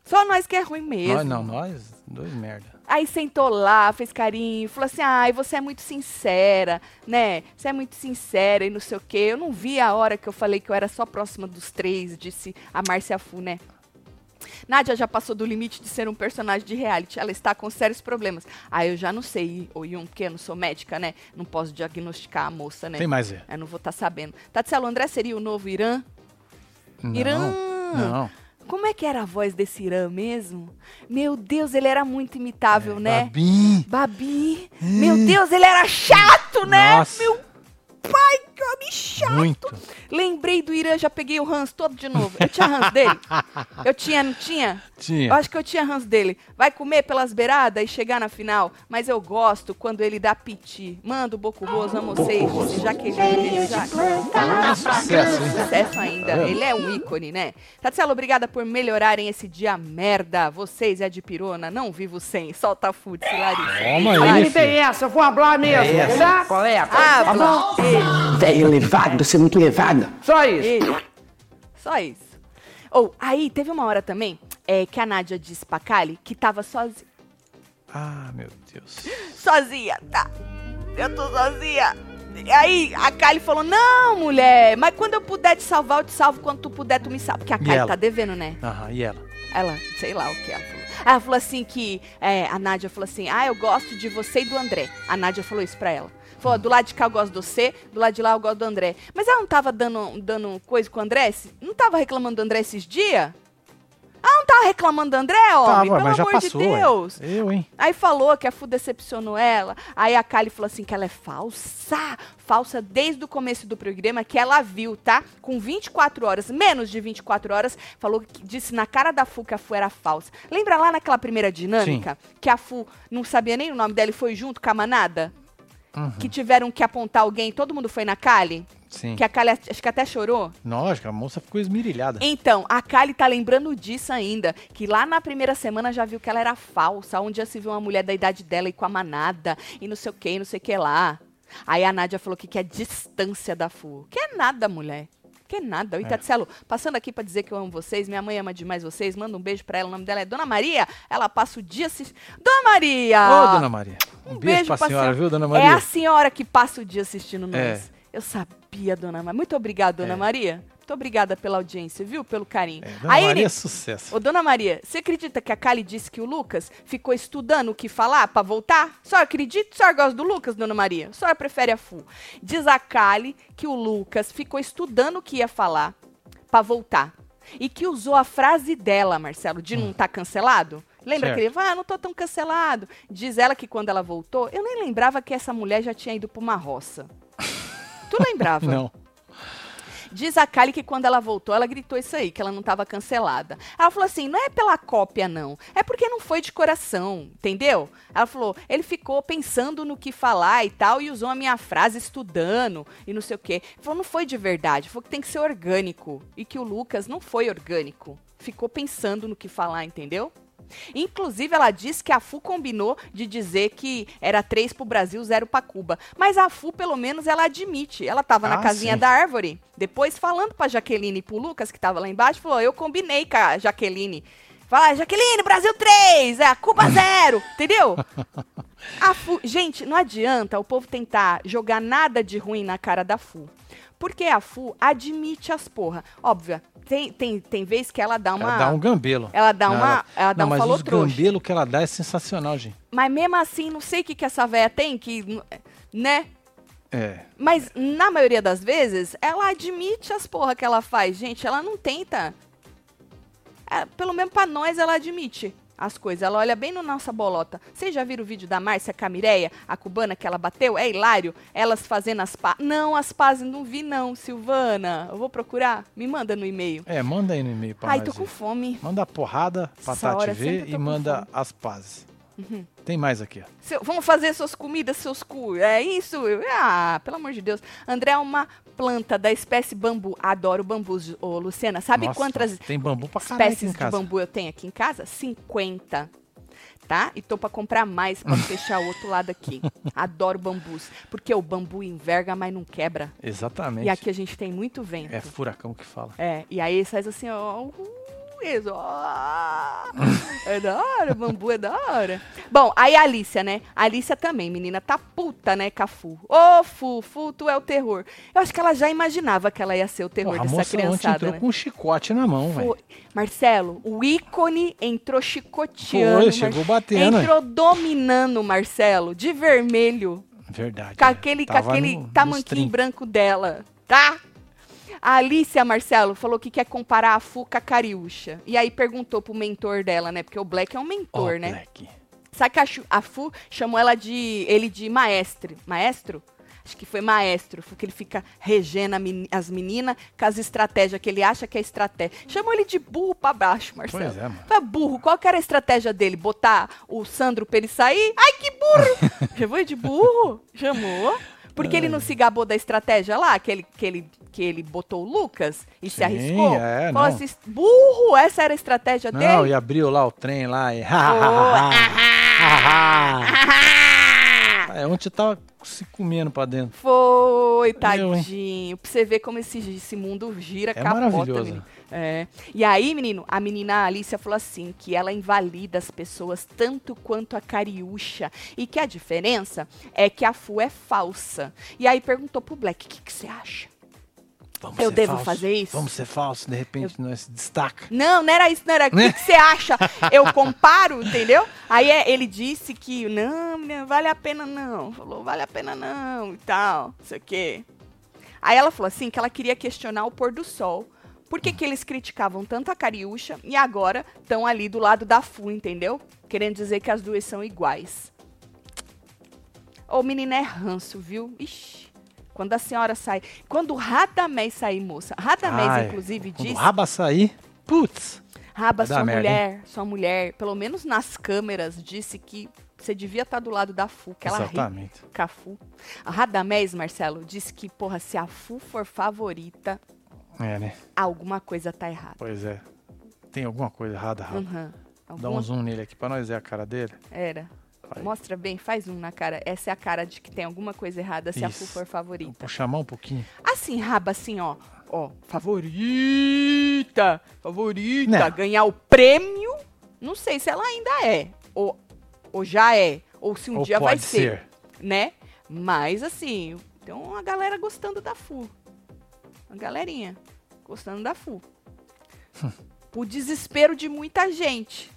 Speaker 2: Só nós que é ruim mesmo.
Speaker 1: Nós não, nós dois merda.
Speaker 2: Aí sentou lá, fez carinho, falou assim: ai, você é muito sincera, né? Você é muito sincera e não sei o quê. Eu não vi a hora que eu falei que eu era só próxima dos três, disse a Márcia Fu, né? Nádia já passou do limite de ser um personagem de reality. Ela está com sérios problemas. Ah, eu já não sei, ô Yun, porque eu não sou médica, né? Não posso diagnosticar a moça, né?
Speaker 1: Tem mais é.
Speaker 2: Eu não vou estar sabendo. Tatielo André seria o novo Irã?
Speaker 1: Não,
Speaker 2: Irã!
Speaker 1: Não.
Speaker 2: Como é que era a voz desse Irã mesmo? Meu Deus, ele era muito imitável,
Speaker 1: É,
Speaker 2: né?
Speaker 1: Babim.
Speaker 2: Babi. Meu Deus, ele era chato, né?
Speaker 1: Nossa.
Speaker 2: Meu pai, que homem chato.
Speaker 1: Muito.
Speaker 2: Lembrei do Irã, já peguei o Hans todo de novo. Eu tinha Hans dele? Eu tinha, não tinha?
Speaker 1: Tinha.
Speaker 2: Eu acho que eu tinha Hans dele. Vai comer pelas beiradas e chegar na final. Mas eu gosto quando ele dá piti. Manda o Boco Roso, amo vocês. disse Jaqueline, já
Speaker 1: É sucesso, hein?
Speaker 2: sucesso ainda.
Speaker 1: Tá vendo?
Speaker 2: Ele é um ícone, né? Tatielo, obrigada por melhorarem esse dia merda. Vocês é de pirona, não vivo sem. Solta a fute, Larissa.
Speaker 1: Toma aí,
Speaker 3: Aí
Speaker 1: filho.
Speaker 3: tem essa, eu vou hablar mesmo,
Speaker 1: É essa.
Speaker 3: tá? Qual
Speaker 2: Ah,
Speaker 3: é?
Speaker 2: Habla. Ei,
Speaker 4: Velho elevado, você é muito elevado.
Speaker 3: Só isso.
Speaker 2: ei. Só isso. Ou, aí, teve uma hora também é, que a Nádia disse pra Kali que tava sozinha.
Speaker 1: Ah, meu Deus.
Speaker 2: sozinha, tá? Eu tô sozinha. E aí a Kylie falou: Não, mulher, mas quando eu puder te salvar, eu te salvo. Quando tu puder, tu me salva. Porque a Kylie
Speaker 1: ela?
Speaker 2: tá devendo, né?
Speaker 1: Aham, e ela?
Speaker 2: Ela, sei lá o que ela falou. Ela falou assim que. é, a Nádia falou assim: Ah, eu gosto de você e do André. A Nádia falou isso pra ela. Falou, "Ó, do lado de cá eu gosto de você, do lado de lá eu gosto do André. Mas ela não tava dando, dando coisa com o André? Esse- Não tava reclamando do André esses dias? Ela não tava reclamando do André,
Speaker 1: Tá,
Speaker 2: homem?
Speaker 1: ué,
Speaker 2: Pelo
Speaker 1: mas já
Speaker 2: amor
Speaker 1: passou.
Speaker 2: de
Speaker 1: ué.
Speaker 2: Deus.
Speaker 1: Eu, hein?
Speaker 2: Aí falou que a Fu decepcionou ela. Aí a Kali falou assim que ela é falsa. Falsa desde o começo do programa que ela viu, tá? Com 24 horas, menos de 24 horas, falou que disse na cara da Fu que a Fu era falsa. Lembra lá naquela primeira dinâmica que a Fu não sabia nem o nome dela e foi junto com a manada?
Speaker 1: Uhum.
Speaker 2: Que tiveram que apontar alguém, todo mundo foi na Kali?
Speaker 1: Sim.
Speaker 2: Que a Kali acho que até chorou?
Speaker 1: Lógico, a moça ficou esmirilhada.
Speaker 2: Então, a Kylie tá lembrando disso ainda, que lá na primeira semana já viu que ela era falsa, onde já se viu uma mulher da idade dela e com a manada, e não sei o que, e não sei o que lá. Aí a Nádia falou que quer distância da Fu. Que é nada, mulher. Que é nada. O Itatielo, passando aqui pra dizer que eu amo vocês, minha mãe ama demais vocês, manda um beijo pra ela, o nome dela é Dona Maria, ela passa o dia se... Dona Maria!
Speaker 1: Ô, dona Maria. Um,
Speaker 2: um
Speaker 1: beijo,
Speaker 2: beijo
Speaker 1: pra
Speaker 2: pra
Speaker 1: senhora,
Speaker 2: senhora.
Speaker 1: viu, dona
Speaker 2: É
Speaker 1: Maria?
Speaker 2: a senhora que passa o dia assistindo nós.
Speaker 1: É.
Speaker 2: Eu sabia, dona Maria. Muito obrigada, dona
Speaker 1: É.
Speaker 2: Maria. Muito obrigada pela audiência, viu? Pelo carinho.
Speaker 1: É, dona
Speaker 2: Aí
Speaker 1: Maria é
Speaker 2: ele...
Speaker 1: sucesso.
Speaker 2: Ô, dona Maria, você acredita que a Kali disse que o Lucas ficou estudando o que falar pra voltar? Só acredita? Só gosta do Lucas, dona Maria? Só prefere a Fu. Diz a Kali que o Lucas ficou estudando o que ia falar pra voltar. E que usou a frase dela, Marcelo, de não tá cancelado? Lembra que ele falou, ah, não tô tão cancelado. Diz ela que quando ela voltou, eu nem lembrava que essa mulher já tinha ido pra uma roça. tu lembrava?
Speaker 1: Não.
Speaker 2: Diz a Kali que quando ela voltou, ela gritou isso aí, que ela não estava cancelada. Ela falou assim: não é pela cópia, não. É porque não foi de coração, entendeu? Ela falou: ele ficou pensando no que falar e tal, e usou a minha frase estudando e não sei o quê. Falou: não foi de verdade, falou que tem que ser orgânico. E que o Lucas não foi orgânico. Ficou pensando no que falar, entendeu? Inclusive, ela disse que a FU combinou de dizer que era três pro Brasil, zero pra Cuba. Mas a FU, pelo menos, ela admite. Ela tava na
Speaker 1: Ah,
Speaker 2: casinha
Speaker 1: sim.
Speaker 2: da árvore, depois falando pra Jaqueline e pro Lucas, que tava lá embaixo, falou: Eu combinei com a Jaqueline. Fala, Jaqueline, Brasil 3, é a Cuba zero, entendeu? A Fu, gente, não adianta o povo tentar jogar nada de ruim na cara da Fu. Porque a Fu admite as porra. Óbvio, tem, tem, tem vez que ela dá uma.
Speaker 1: Ela dá um gambelo.
Speaker 2: Ela dá uma- ela
Speaker 1: não,
Speaker 2: dá um
Speaker 1: mas os
Speaker 2: falotrouxa.
Speaker 1: gambelo que ela dá é sensacional, gente.
Speaker 2: Mas mesmo assim, não sei o que, que essa véia tem, que. né?
Speaker 1: É.
Speaker 2: Mas na maioria das vezes, ela admite as porra que ela faz. Gente, ela não tenta. É, pelo menos pra nós, ela admite as coisas. Ela olha bem na nossa bolota. Vocês já viram o vídeo da Márcia Camireia, a cubana que ela bateu? É hilário. Elas fazendo as pazes. Não, as pazes não vi, não, Silvana. Eu vou procurar. Me manda no e-mail.
Speaker 1: É, manda aí no e-mail pra
Speaker 2: Ai,
Speaker 1: nós.
Speaker 2: tô com
Speaker 1: aí.
Speaker 2: fome.
Speaker 1: Manda a porrada pra
Speaker 2: Essa hora
Speaker 1: Tati
Speaker 2: sempre eu
Speaker 1: ver
Speaker 2: tô
Speaker 1: e
Speaker 2: com
Speaker 1: manda
Speaker 2: fome. Uhum.
Speaker 1: as pazes. Tem mais aqui, ó.
Speaker 2: Seu- vamos fazer suas comidas, seus cu. É isso? Ah, pelo amor de Deus. André é uma planta da espécie bambu. Adoro bambus, ô, Luciana. Sabe
Speaker 1: Nossa,
Speaker 2: quantas
Speaker 1: Tem bambu pra caralho aqui
Speaker 2: espécies
Speaker 1: em
Speaker 2: de
Speaker 1: casa.
Speaker 2: bambu eu tenho aqui em casa? 50. Tá? E tô pra comprar mais pra fechar o outro lado aqui. Adoro bambus. Porque o bambu enverga, mas não quebra.
Speaker 1: Exatamente.
Speaker 2: E aqui a gente tem muito vento.
Speaker 1: É furacão que fala.
Speaker 2: É, e aí faz assim, ó. uh, Isso, ó. É da hora, bambu é da hora. Bom, aí a Alicia, né? A Alicia também, menina, tá puta, né, Cafu? Ô, Fu, Fu, tu é o terror. Eu acho que ela já imaginava que ela ia ser o terror
Speaker 1: Porra, a
Speaker 2: É dessa
Speaker 1: moça ontem
Speaker 2: criançada,
Speaker 1: entrou
Speaker 2: né?
Speaker 1: com um chicote na mão, velho.
Speaker 2: Foi. Marcelo, o ícone entrou chicoteando.
Speaker 1: Foi, chegou
Speaker 2: Mar-
Speaker 1: batendo, né?
Speaker 2: Entrou dominando o Marcelo, de vermelho
Speaker 1: Verdade.
Speaker 2: com
Speaker 1: é.
Speaker 2: aquele, com
Speaker 1: Tava
Speaker 2: aquele
Speaker 1: no- nos
Speaker 2: tamanquinho
Speaker 1: trinques.
Speaker 2: branco dela, tá? A Alicia Marcelo falou que quer comparar a Fu com a Cariúcha. E aí perguntou pro mentor dela, né? Porque o Black é um
Speaker 1: Ó,
Speaker 2: mentor, né?
Speaker 1: Black.
Speaker 2: Sabe que a, Chu- a Fu chamou ela de, ele de maestre. Maestro? Acho que foi maestro, porque ele fica regendo a meni- as meninas com as estratégias que ele acha que é estratégia. Chamou ele de burro pra baixo, Marcelo.
Speaker 1: Pois é, mano.
Speaker 2: Mas burro, qual que era a estratégia dele? Botar o Sandro pra ele sair? Ai, que burro! Chamou ele de burro? Chamou. Porque ele não se gabou da estratégia lá, que ele, que ele, que ele botou o Lucas e se
Speaker 1: Sim,
Speaker 2: arriscou?
Speaker 1: é,
Speaker 2: Falou
Speaker 1: não.
Speaker 2: assim, burro, essa era a estratégia
Speaker 1: Não,
Speaker 2: dele?
Speaker 1: e abriu lá o trem lá e. é onde tava se comendo pra dentro. Eu,
Speaker 2: Foi,
Speaker 1: hein?
Speaker 2: tadinho. pra você ver como esse, esse mundo gira,
Speaker 1: É
Speaker 2: capota,
Speaker 1: maravilhoso.
Speaker 2: menino. É. E aí, menino, a menina Alicia falou assim, que ela invalida as pessoas tanto quanto a Cariúcha. E que a diferença é que a Fu é falsa. E aí perguntou pro Black, o que que você acha?
Speaker 1: Vamos
Speaker 2: Eu
Speaker 1: ser
Speaker 2: devo
Speaker 1: falso,
Speaker 2: fazer isso?
Speaker 1: Vamos ser falso, de repente nós se destaca.
Speaker 2: Não, não era isso, não era. O
Speaker 1: Né?
Speaker 2: que que você acha? Eu comparo, entendeu? Aí é, ele disse que não, não vale a pena não. Falou, vale a pena não e tal, não sei o quê. Aí ela falou assim que ela queria questionar o pôr do sol. Por que, que eles criticavam tanto a Cariúcha e agora estão ali do lado da Fu, entendeu? Querendo dizer que as duas são iguais. Ô, menina, é ranço, viu? Ixi. Quando a senhora sai. Quando o Radamés sair, moça. Radamés,
Speaker 1: Ai,
Speaker 2: inclusive,
Speaker 1: quando
Speaker 2: disse.
Speaker 1: O raba sair, putz,
Speaker 2: Raba,
Speaker 1: Vai dar
Speaker 2: sua
Speaker 1: merda,
Speaker 2: mulher, sua mulher, pelo menos nas câmeras, disse que você devia estar do lado da Fu, que ela ri
Speaker 1: exatamente.
Speaker 2: com a Fu. A Radamés, Marcelo, disse que, porra, se a Fu for favorita,
Speaker 1: É, né?
Speaker 2: alguma coisa tá errada.
Speaker 1: Pois é. Tem alguma coisa errada, raba.
Speaker 2: Aham.
Speaker 1: Dá
Speaker 2: Alguma
Speaker 1: um zoom nele aqui pra nós ver a cara dele.
Speaker 2: Era.
Speaker 1: Vai.
Speaker 2: Mostra bem, faz um na cara. Essa é a cara de que tem alguma coisa errada se a Fu
Speaker 1: Isso.
Speaker 2: for favorita.
Speaker 1: Puxar mais um pouquinho.
Speaker 2: Assim, raba, assim, ó. Ó, favorita, favorita,
Speaker 1: Não.
Speaker 2: ganhar o prêmio. Não sei se ela ainda é, ou, ou já é, ou se um
Speaker 1: Ou
Speaker 2: dia vai
Speaker 1: pode
Speaker 2: ser,
Speaker 1: ser.
Speaker 2: né? Mas, assim, tem uma galera gostando da FU. Uma galerinha gostando da FU. o desespero de muita gente.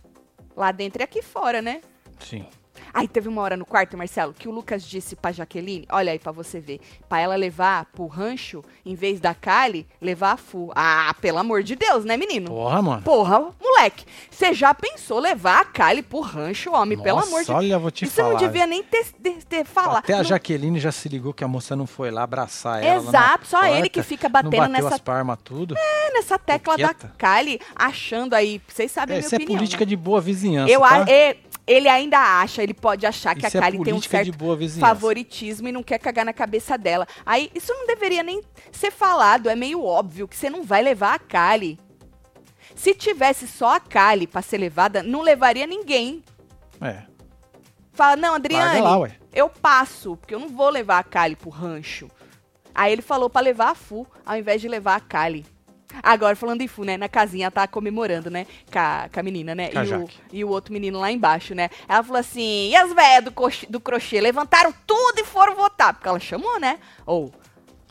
Speaker 2: Lá dentro e aqui fora, né?
Speaker 1: Sim.
Speaker 2: Aí teve uma hora no quarto, Marcelo, que o Lucas disse pra Jaqueline, olha aí pra você ver, pra ela levar pro rancho, em vez da Kali, levar a Fu. Ah, pelo amor de Deus, né, menino?
Speaker 1: Porra, mano.
Speaker 2: Porra, moleque, você já pensou levar a Kali pro rancho, homem? pelo
Speaker 1: Nossa,
Speaker 2: amor de Deus.
Speaker 1: olha, vou te
Speaker 2: Isso
Speaker 1: falar.
Speaker 2: não devia nem ter, ter, ter falado.
Speaker 1: Até a
Speaker 2: Não-
Speaker 1: Jaqueline já se ligou que a moça não foi lá abraçar ela.
Speaker 2: Exato, só ele que fica batendo
Speaker 1: não bateu
Speaker 2: nessa- É,
Speaker 1: as parmas tudo.
Speaker 2: nessa tecla da
Speaker 1: Quieta.
Speaker 2: Kali, achando aí, vocês sabem
Speaker 1: É,
Speaker 2: a minha
Speaker 1: isso é
Speaker 2: opinião.
Speaker 1: política de boa vizinhança,
Speaker 2: né? Eu, a-
Speaker 1: tá?
Speaker 2: é, ele ainda acha, ele pode achar que
Speaker 1: Isso
Speaker 2: a
Speaker 1: é
Speaker 2: Kali tem um
Speaker 1: política
Speaker 2: certo
Speaker 1: de boa vizinhança.
Speaker 2: favoritismo e não quer cagar na cabeça dela. Aí, isso não deveria nem ser falado, é meio óbvio que você não vai levar a Kali. Se tivesse só a Kali pra ser levada, não levaria ninguém.
Speaker 1: É.
Speaker 2: Fala, não,
Speaker 1: Paga lá,
Speaker 2: Adriane,
Speaker 1: ué.
Speaker 2: eu passo, porque eu não vou levar a Kali pro rancho. Aí ele falou pra levar a Fu, ao invés de levar a Kali. Agora, falando em Fu, né? Na casinha tá comemorando, né? Com a, com a menina, né?
Speaker 1: Com a
Speaker 2: E o,
Speaker 1: Jaque.
Speaker 2: e o outro menino lá embaixo, né? Ela falou assim: e as velhas do, coxi- do crochê? Levantaram tudo e foram votar. Porque ela chamou, né? Ou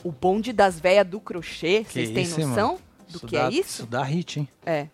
Speaker 2: o bonde das velhas do crochê, vocês têm
Speaker 1: isso, hein,
Speaker 2: noção do
Speaker 1: Isso
Speaker 2: que
Speaker 1: dá,
Speaker 2: é isso?
Speaker 1: dá hit, hein?
Speaker 2: É.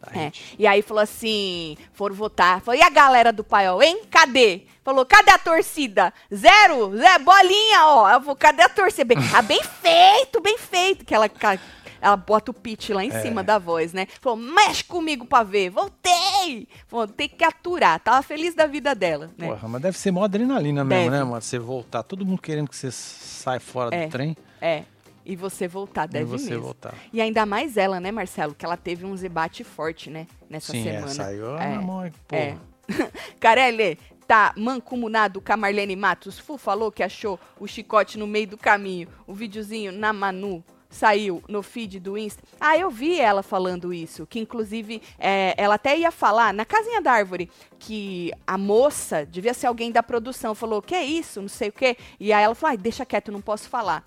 Speaker 1: Dá
Speaker 2: É.
Speaker 1: hit.
Speaker 2: E aí falou assim, foram votar. Falou, e a galera do paiol, hein? Cadê? Falou, cadê a torcida? Zero, zero, bolinha, ó. Eu vou, cadê a torcida? Bem, ah, bem feito, bem feito. Que ela, ca- ela bota o pitch lá em
Speaker 1: É.
Speaker 2: cima da voz, né? Falou, mexe comigo pra ver, voltei. Falou, tem que aturar. Tava feliz da vida dela, né?
Speaker 1: Porra, mas deve ser mó adrenalina mesmo,
Speaker 2: Deve.
Speaker 1: né, mano? Você voltar, todo mundo querendo que você saia fora
Speaker 2: É,
Speaker 1: do trem
Speaker 2: É. E você voltar,
Speaker 1: e
Speaker 2: deve
Speaker 1: você
Speaker 2: mesmo.
Speaker 1: voltar.
Speaker 2: E ainda mais ela, né, Marcelo? Que ela teve um debate forte, né? Nessa
Speaker 1: Sim,
Speaker 2: semana.
Speaker 1: é, saiu
Speaker 2: É.
Speaker 1: na mão, hein, porra.
Speaker 2: É. Carelli, tá mancomunado com a Marlene Matos. Fu falou que achou o chicote no meio do caminho. O videozinho na Manu saiu no feed do Insta. Ah, eu vi ela falando isso. Que, inclusive, é, ela até ia falar na casinha da árvore que a moça devia ser alguém da produção. Falou, que é isso? Não sei o quê. E aí ela falou, ai, deixa quieto, não posso falar.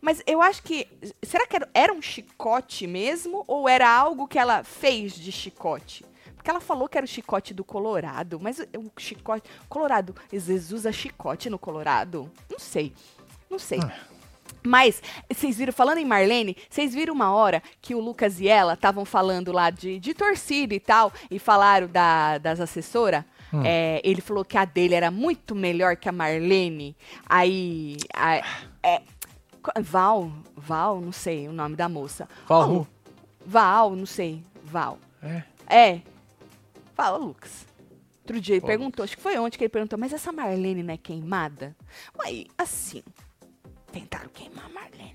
Speaker 2: Mas eu acho que. Será que era- era um chicote mesmo? Ou era algo que ela fez de chicote? Porque ela falou que era o chicote do Colorado, mas o o chicote. Colorado, Jesus usa chicote no Colorado? Não sei. Não sei. Mas, vocês viram, falando em Marlene, vocês viram uma hora que o Lucas e ela estavam falando lá de, de torcida e tal, e falaram da- das assessoras? É, ele falou que a dele era muito melhor que a Marlene. Aí. a- é, co- Val, Val, não sei o nome da moça.
Speaker 1: Val
Speaker 2: Ô,
Speaker 1: Ru.
Speaker 2: Val, não sei. Val.
Speaker 1: É.
Speaker 2: É. Fala, Lucas. Outro dia ele
Speaker 1: Ô,
Speaker 2: perguntou, acho que foi ontem que ele perguntou, mas essa Marlene não é queimada? Ué, assim, tentaram queimar a Marlene, né?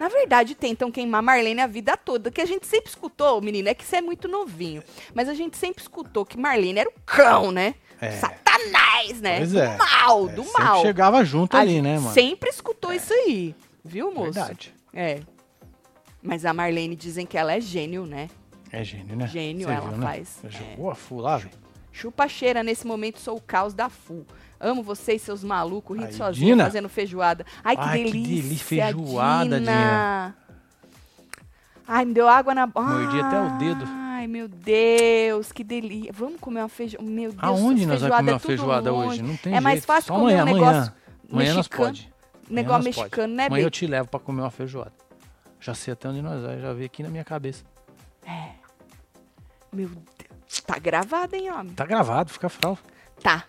Speaker 2: Na verdade, tentam queimar a Marlene a vida toda. O que a gente sempre escutou, menina, é que você é muito novinho. Mas a gente sempre escutou que Marlene era o cão, né?
Speaker 1: É.
Speaker 2: Satanás, né?
Speaker 1: Pois
Speaker 2: do
Speaker 1: é.
Speaker 2: mal,
Speaker 1: É,
Speaker 2: do
Speaker 1: sempre
Speaker 2: mal.
Speaker 1: chegava junto
Speaker 2: A
Speaker 1: ali,
Speaker 2: gente
Speaker 1: né, mano?
Speaker 2: Sempre escutou isso aí. Viu, moço?
Speaker 1: Verdade.
Speaker 2: É. Mas a Marlene dizem que ela é gênio, né?
Speaker 1: É gênio, né?
Speaker 2: Gênio
Speaker 1: Você
Speaker 2: ela
Speaker 1: viu, né?
Speaker 2: faz,
Speaker 1: Você
Speaker 2: é.
Speaker 1: Jogou a fu lá, velho.
Speaker 2: Chupa cheira, nesse momento sou o caos da FU. Amo vocês, seus malucos, rindo
Speaker 1: Aí,
Speaker 2: sozinho,
Speaker 1: Dina.
Speaker 2: fazendo feijoada. Ai, que
Speaker 1: Ai, que
Speaker 2: delícia.
Speaker 1: delícia, feijoada, Dina.
Speaker 2: Ai, me deu água na boca.
Speaker 1: Mordi até o dedo.
Speaker 2: Ai, meu Deus, que delícia. Vamos comer uma feijoada. Meu Deus,
Speaker 1: Aonde nós vamos
Speaker 2: feijoada
Speaker 1: comer
Speaker 2: é
Speaker 1: uma
Speaker 2: tudo
Speaker 1: feijoada
Speaker 2: longe.
Speaker 1: hoje? Não tem
Speaker 2: É
Speaker 1: jeito.
Speaker 2: mais
Speaker 1: Só
Speaker 2: fácil comer
Speaker 1: amanhã,
Speaker 2: um negócio
Speaker 1: amanhã. Amanhã nós
Speaker 2: mexicano.
Speaker 1: pode. Amanhã
Speaker 2: Negócio
Speaker 1: nós pode.
Speaker 2: mexicano, né,
Speaker 1: Amanhã eu
Speaker 2: Bê?
Speaker 1: te levo pra comer uma feijoada. Já sei até onde nós vamos, já vi aqui na minha cabeça.
Speaker 2: Meu Deus. Tá gravado, hein, homem?
Speaker 1: Tá gravado, fica fral.
Speaker 2: Tá.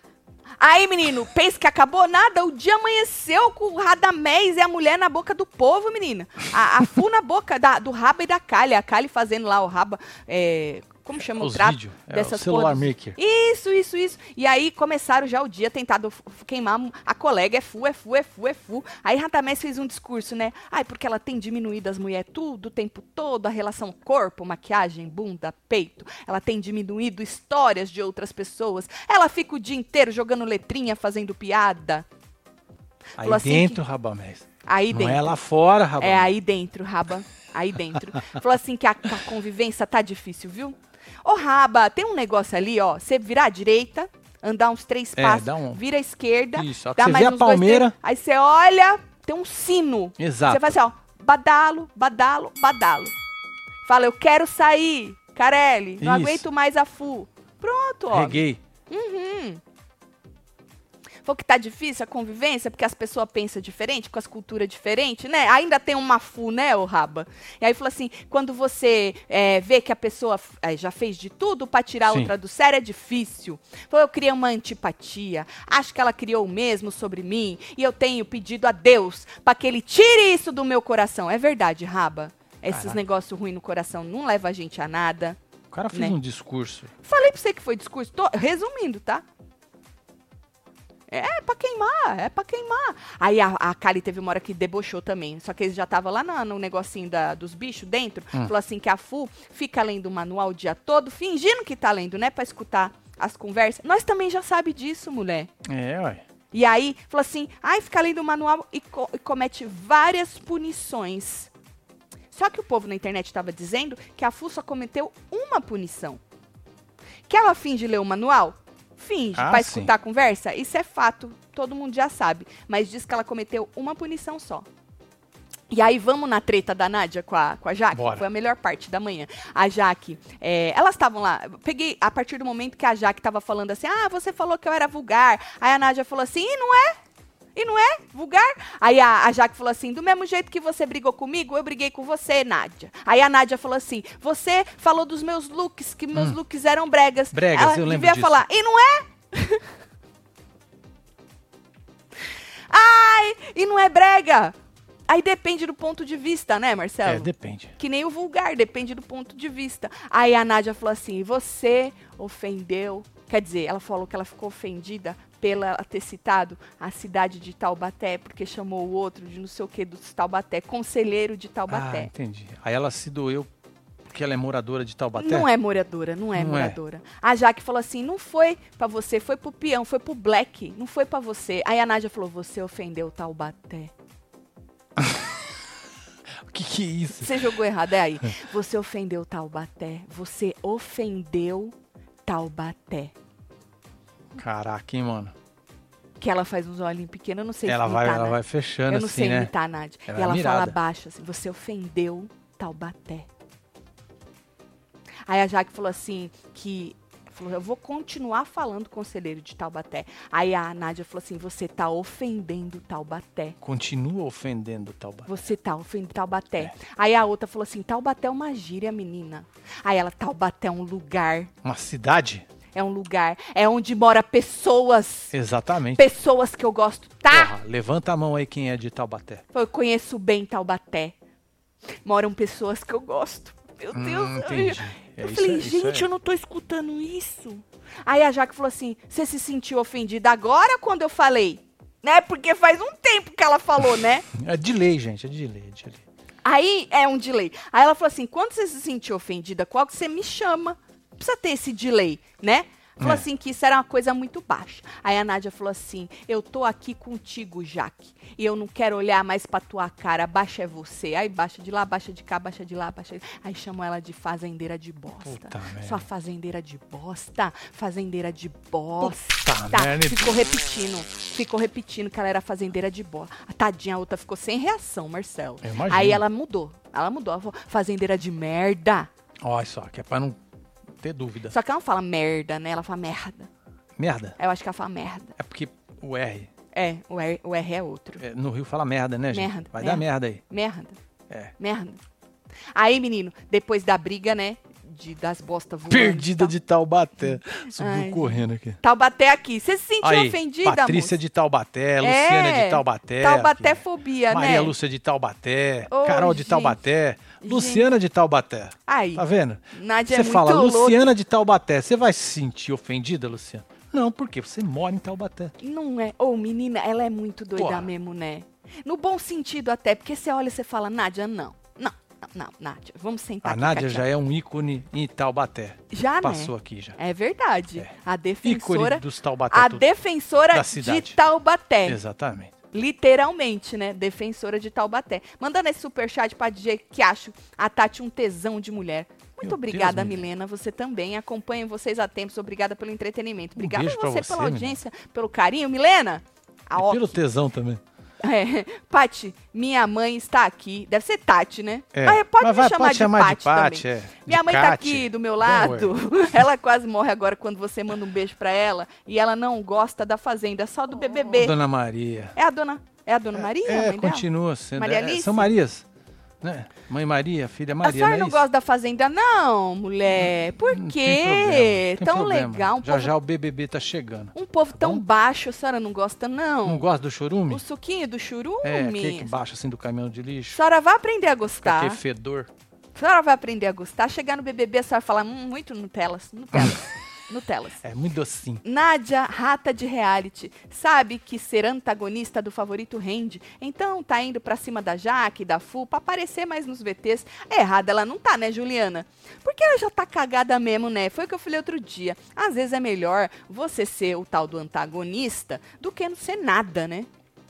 Speaker 2: Aí, menino, pensa que acabou nada? O dia amanheceu com o Radamés e a mulher na boca do povo, menina. A, a fu na boca da- do Raba e da Kali. A Kali fazendo lá o Raba. é, como chama o
Speaker 1: Os
Speaker 2: trato?
Speaker 1: vídeos. É, o
Speaker 2: dessas
Speaker 1: celular
Speaker 2: porras?
Speaker 1: maker.
Speaker 2: Isso, isso, isso. E aí começaram já o dia tentado f- f- queimar a colega. É fu, é fu, é fu, é fu. Aí Radamés fez um discurso, né? Ai, porque ela tem diminuído as mulheres tudo, o tempo todo, a relação corpo, maquiagem, bunda, peito. Ela tem diminuído histórias de outras pessoas. Ela fica o dia inteiro jogando letrinha, fazendo piada.
Speaker 1: Aí
Speaker 2: Falou assim
Speaker 1: dentro, Rabamés.
Speaker 2: Aí
Speaker 1: Não
Speaker 2: dentro.
Speaker 1: é lá fora, Rabamés.
Speaker 2: É, aí dentro, Raba. Aí dentro. Falou assim que a, que a convivência tá difícil, viu? Ô, Raba, tem um negócio ali, ó. Você virar à direita, andar uns três
Speaker 1: É,
Speaker 2: passos,
Speaker 1: dá um-
Speaker 2: vira à esquerda.
Speaker 1: Isso, a hora
Speaker 2: dá
Speaker 1: que você
Speaker 2: mais
Speaker 1: vê a
Speaker 2: uns dois,
Speaker 1: palmeira-
Speaker 2: três, aí você olha, tem um sino.
Speaker 1: Exato.
Speaker 2: Você faz assim, ó. Badalo, badalo, badalo. Fala, eu quero sair, Carelli. Não
Speaker 1: Isso.
Speaker 2: aguento mais a FU. Pronto, ó.
Speaker 1: Reguei.
Speaker 2: Falou que tá difícil a convivência, porque as pessoas pensam diferente, com as culturas diferentes, né? Ainda tem uma fu, né, o Raba? E aí falou assim, quando você é, vê que a pessoa é, já fez de tudo pra tirar a
Speaker 1: Sim.
Speaker 2: outra do sério, é difícil. Falou, eu criei uma antipatia, acho que ela criou o mesmo sobre mim, e eu tenho pedido a Deus pra que ele tire isso do meu coração. É verdade, Raba. Esses
Speaker 1: Caraca.
Speaker 2: negócios ruins no coração não levam a gente a nada.
Speaker 1: O cara fez
Speaker 2: Né?
Speaker 1: um discurso.
Speaker 2: Falei pra você que foi discurso. Tô resumindo, tá? É pra queimar, é pra queimar. Aí a, a Kali teve uma hora que debochou também. Só que eles já tava lá na- no negocinho da- dos bichos dentro. Falou assim que a Fu fica lendo o manual o dia todo, fingindo que tá lendo, né? Pra escutar as conversas. Nós também já sabe disso, mulher.
Speaker 1: É, ué.
Speaker 2: E aí, falou assim, ai, fica lendo o manual e, co- e comete várias punições. Só que o povo na internet estava dizendo que a Fu só cometeu uma punição. Que ela finge ler o manual? Finge,
Speaker 1: Ah,
Speaker 2: pra
Speaker 1: sim.
Speaker 2: escutar a conversa? Isso é fato, todo mundo já sabe. Mas diz que ela cometeu uma punição só. E aí vamos na treta da Nádia com a, com a Jaque?
Speaker 1: Bora.
Speaker 2: Foi a melhor parte da manhã. A Jaque, é, elas estavam lá. Peguei a partir do momento que a Jaque tava falando assim: ah, você falou que eu era vulgar. Aí a Nádia falou assim: e não é? E não é? Vulgar? Aí a, a Jaque falou assim: do mesmo jeito que você brigou comigo, eu briguei com você, Nádia. Aí a Nádia falou assim: você falou dos meus looks, que meus looks eram bregas.
Speaker 1: Hum. Bregas,
Speaker 2: Ela
Speaker 1: eu lembro
Speaker 2: devia
Speaker 1: disso.
Speaker 2: falar: e não é? Ai, e não é brega? Aí depende do ponto de vista, né, Marcelo?
Speaker 1: É, depende.
Speaker 2: Que nem o vulgar, depende do ponto de vista. Aí a Nádia falou assim: você ofendeu. Quer dizer, ela falou que ela ficou ofendida pela ter citado a cidade de Taubaté, porque chamou o outro de não sei o que dos Taubaté, conselheiro de
Speaker 1: Ah,
Speaker 2: Taubaté.
Speaker 1: entendi. Aí ela se doeu porque ela é moradora de Taubaté?
Speaker 2: Não é moradora, não é
Speaker 1: Não é.
Speaker 2: moradora. A Jaque falou assim: não foi pra você, foi pro peão, foi pro black, não foi pra você. Aí a Nádia falou: você ofendeu Taubaté.
Speaker 1: O que que é isso?
Speaker 2: Você jogou errado, é aí. Você ofendeu Taubaté. Você ofendeu Taubaté.
Speaker 1: Caraca, hein, mano.
Speaker 2: Que ela faz uns olhinhos pequenos, eu não sei
Speaker 1: Ela
Speaker 2: imitar,
Speaker 1: vai, ela
Speaker 2: Nádia.
Speaker 1: vai fechando
Speaker 2: né? Eu não
Speaker 1: assim,
Speaker 2: sei
Speaker 1: né?
Speaker 2: imitar, Nádia.
Speaker 1: Ela
Speaker 2: e
Speaker 1: é
Speaker 2: ela fala
Speaker 1: mirada.
Speaker 2: baixo assim, você ofendeu Taubaté. Aí a Jaque falou assim, que... Falou, eu vou continuar falando conselheiro de Taubaté. Aí a Nádia falou assim, você tá ofendendo Taubaté.
Speaker 1: Continua ofendendo Taubaté.
Speaker 2: Você tá ofendendo Taubaté.
Speaker 1: É.
Speaker 2: Aí a outra falou assim, Taubaté é uma gíria, menina. Aí ela, Taubaté é um lugar.
Speaker 1: Uma cidade?
Speaker 2: É um lugar. É onde mora pessoas.
Speaker 1: Exatamente.
Speaker 2: Pessoas que eu gosto, tá?
Speaker 1: Porra, levanta a mão aí quem é de Taubaté.
Speaker 2: Eu conheço bem Taubaté. Moram pessoas que eu gosto. Meu
Speaker 1: Hum,
Speaker 2: Deus.
Speaker 1: entendi. É,
Speaker 2: eu
Speaker 1: isso
Speaker 2: falei,
Speaker 1: é- isso
Speaker 2: gente,
Speaker 1: é-
Speaker 2: eu não tô escutando isso. Aí a Jaque falou assim: você se sentiu ofendida agora quando eu falei? Né? Porque faz um tempo que ela falou, né?
Speaker 1: É de lei, gente. É de lei, é de lei.
Speaker 2: Aí é um delay. Aí ela falou assim: quando você se sentir ofendida com algo, você me chama. Não precisa ter esse delay, né? Falou
Speaker 1: É.
Speaker 2: assim que isso era uma coisa muito baixa. Aí a Nádia falou assim: Eu tô aqui contigo, Jaque. E eu não quero olhar mais pra tua cara. Baixa é você. Aí baixa de lá, baixa de cá, baixa de lá, baixa de... Aí chamam ela de fazendeira de bosta.
Speaker 1: Puta merda.
Speaker 2: Sua fazendeira de bosta. Fazendeira de bosta.
Speaker 1: merda.
Speaker 2: Ficou repetindo. Ficou repetindo que ela era fazendeira de bosta. A tadinha, a outra ficou sem reação, Marcelo.
Speaker 1: Eu imagino.
Speaker 2: Aí ela mudou. Ela mudou. Ela falou, fazendeira de merda.
Speaker 1: Olha só, que é pra não ter dúvida.
Speaker 2: Só que ela não fala merda, né? Ela fala merda.
Speaker 1: Merda.
Speaker 2: Eu acho que ela fala merda.
Speaker 1: É porque o R
Speaker 2: É, o R, o R é outro.
Speaker 1: é, no Rio fala merda, né, gente?
Speaker 2: Merda,
Speaker 1: Vai
Speaker 2: merda.
Speaker 1: dar merda aí.
Speaker 2: Merda.
Speaker 1: É.
Speaker 2: Merda. Aí, menino, depois da briga, né? De, das bostas voando.
Speaker 1: Perdida
Speaker 2: tal.
Speaker 1: de Taubaté. Subiu
Speaker 2: Ai,
Speaker 1: correndo aqui.
Speaker 2: Taubaté aqui. Você se sentiu
Speaker 1: Aí,
Speaker 2: ofendida,
Speaker 1: Patrícia
Speaker 2: moça?
Speaker 1: de Taubaté, Luciana
Speaker 2: É,
Speaker 1: de Taubaté.
Speaker 2: Taubaté
Speaker 1: aqui.
Speaker 2: fobia,
Speaker 1: Maria
Speaker 2: né?
Speaker 1: Lúcia de Taubaté,
Speaker 2: Ô,
Speaker 1: Carol de
Speaker 2: gente.
Speaker 1: Taubaté, Luciana de Taubaté.
Speaker 2: Aí,
Speaker 1: Tá vendo?
Speaker 2: Nádia
Speaker 1: Você
Speaker 2: é
Speaker 1: fala
Speaker 2: muito louca.
Speaker 1: Luciana de Taubaté, você vai se sentir ofendida, Luciana? Não, porque você mora em Taubaté.
Speaker 2: Não é. Ô, menina, ela é muito doida
Speaker 1: Porra.
Speaker 2: mesmo, né? No bom sentido até, porque você olha e você fala, Nádia, não. Não, não, não, Nádia, vamos sentar
Speaker 1: A
Speaker 2: aqui,
Speaker 1: Nádia
Speaker 2: Catiá.
Speaker 1: já é um ícone em Taubaté.
Speaker 2: Já,
Speaker 1: Passou
Speaker 2: né?
Speaker 1: aqui já.
Speaker 2: É verdade. A
Speaker 1: Ícone
Speaker 2: defensora...
Speaker 1: dos Taubaté.
Speaker 2: A
Speaker 1: tudo.
Speaker 2: defensora
Speaker 1: da
Speaker 2: de
Speaker 1: cidade.
Speaker 2: Taubaté.
Speaker 1: Exatamente.
Speaker 2: Tá Literalmente, né? Defensora de Taubaté. Mandando esse superchat pra DJ que acho a Tati um tesão de mulher. Muito
Speaker 1: Meu
Speaker 2: obrigada,
Speaker 1: Deus,
Speaker 2: Milena. Você também. Acompanho vocês a tempos. Obrigada pelo entretenimento. Obrigada a
Speaker 1: Um beijo pra
Speaker 2: você,
Speaker 1: você,
Speaker 2: pela
Speaker 1: Milena.
Speaker 2: audiência, pelo carinho. Milena! A
Speaker 1: E
Speaker 2: ó-
Speaker 1: pelo tesão também.
Speaker 2: é, Pati, minha mãe está aqui. Deve ser Tati, né?
Speaker 1: É.
Speaker 2: Mas pode
Speaker 1: Mas
Speaker 2: me
Speaker 1: vai-
Speaker 2: chamar
Speaker 1: pode
Speaker 2: de
Speaker 1: chamar de
Speaker 2: Pati também.
Speaker 1: Pati, é.
Speaker 2: Minha
Speaker 1: De é?
Speaker 2: mãe tá
Speaker 1: Cate.
Speaker 2: aqui do meu
Speaker 1: Don't
Speaker 2: lado. Ela quase morre agora quando você manda um beijo pra ela. E ela não gosta da Fazenda, é só do BBB.
Speaker 1: Dona Maria.
Speaker 2: É a dona, é a dona Maria, a
Speaker 1: é,
Speaker 2: mãe dela?
Speaker 1: continua sendo.
Speaker 2: Maria
Speaker 1: é,
Speaker 2: Alice?
Speaker 1: são Marias. Né? Mãe Maria, filha Maria.
Speaker 2: a senhora
Speaker 1: é
Speaker 2: não
Speaker 1: isso?
Speaker 2: gosta da Fazenda, não, mulher. Por
Speaker 1: Não tem
Speaker 2: quê?
Speaker 1: problema, tem
Speaker 2: Tão
Speaker 1: problema.
Speaker 2: legal, um
Speaker 1: já
Speaker 2: povo,
Speaker 1: já o BBB tá chegando.
Speaker 2: um povo tão
Speaker 1: Bom.
Speaker 2: baixo, a senhora não gosta, não.
Speaker 1: Não gosta do chorume?
Speaker 2: o suquinho do
Speaker 1: É,
Speaker 2: churume.
Speaker 1: aquele que baixa assim do caminhão de
Speaker 2: A
Speaker 1: lixo.
Speaker 2: senhora vai aprender a
Speaker 1: com
Speaker 2: gostar.
Speaker 1: Aquele fedor.
Speaker 2: A senhora vai aprender a gostar. Chegar no BBB, a senhora vai falar "Hum, muito Nutelas, Nutelas, Nutelas.
Speaker 1: É muito docinho.
Speaker 2: Nádia, rata de reality, sabe que ser antagonista do favorito rende, então tá indo pra cima da Jaque, da Fu, pra aparecer mais nos VTs. É errada ela não tá, né, Juliana? Porque ela já tá cagada mesmo, né? Foi o que eu falei outro dia. Às vezes é melhor você ser o tal do antagonista do que não ser nada, né?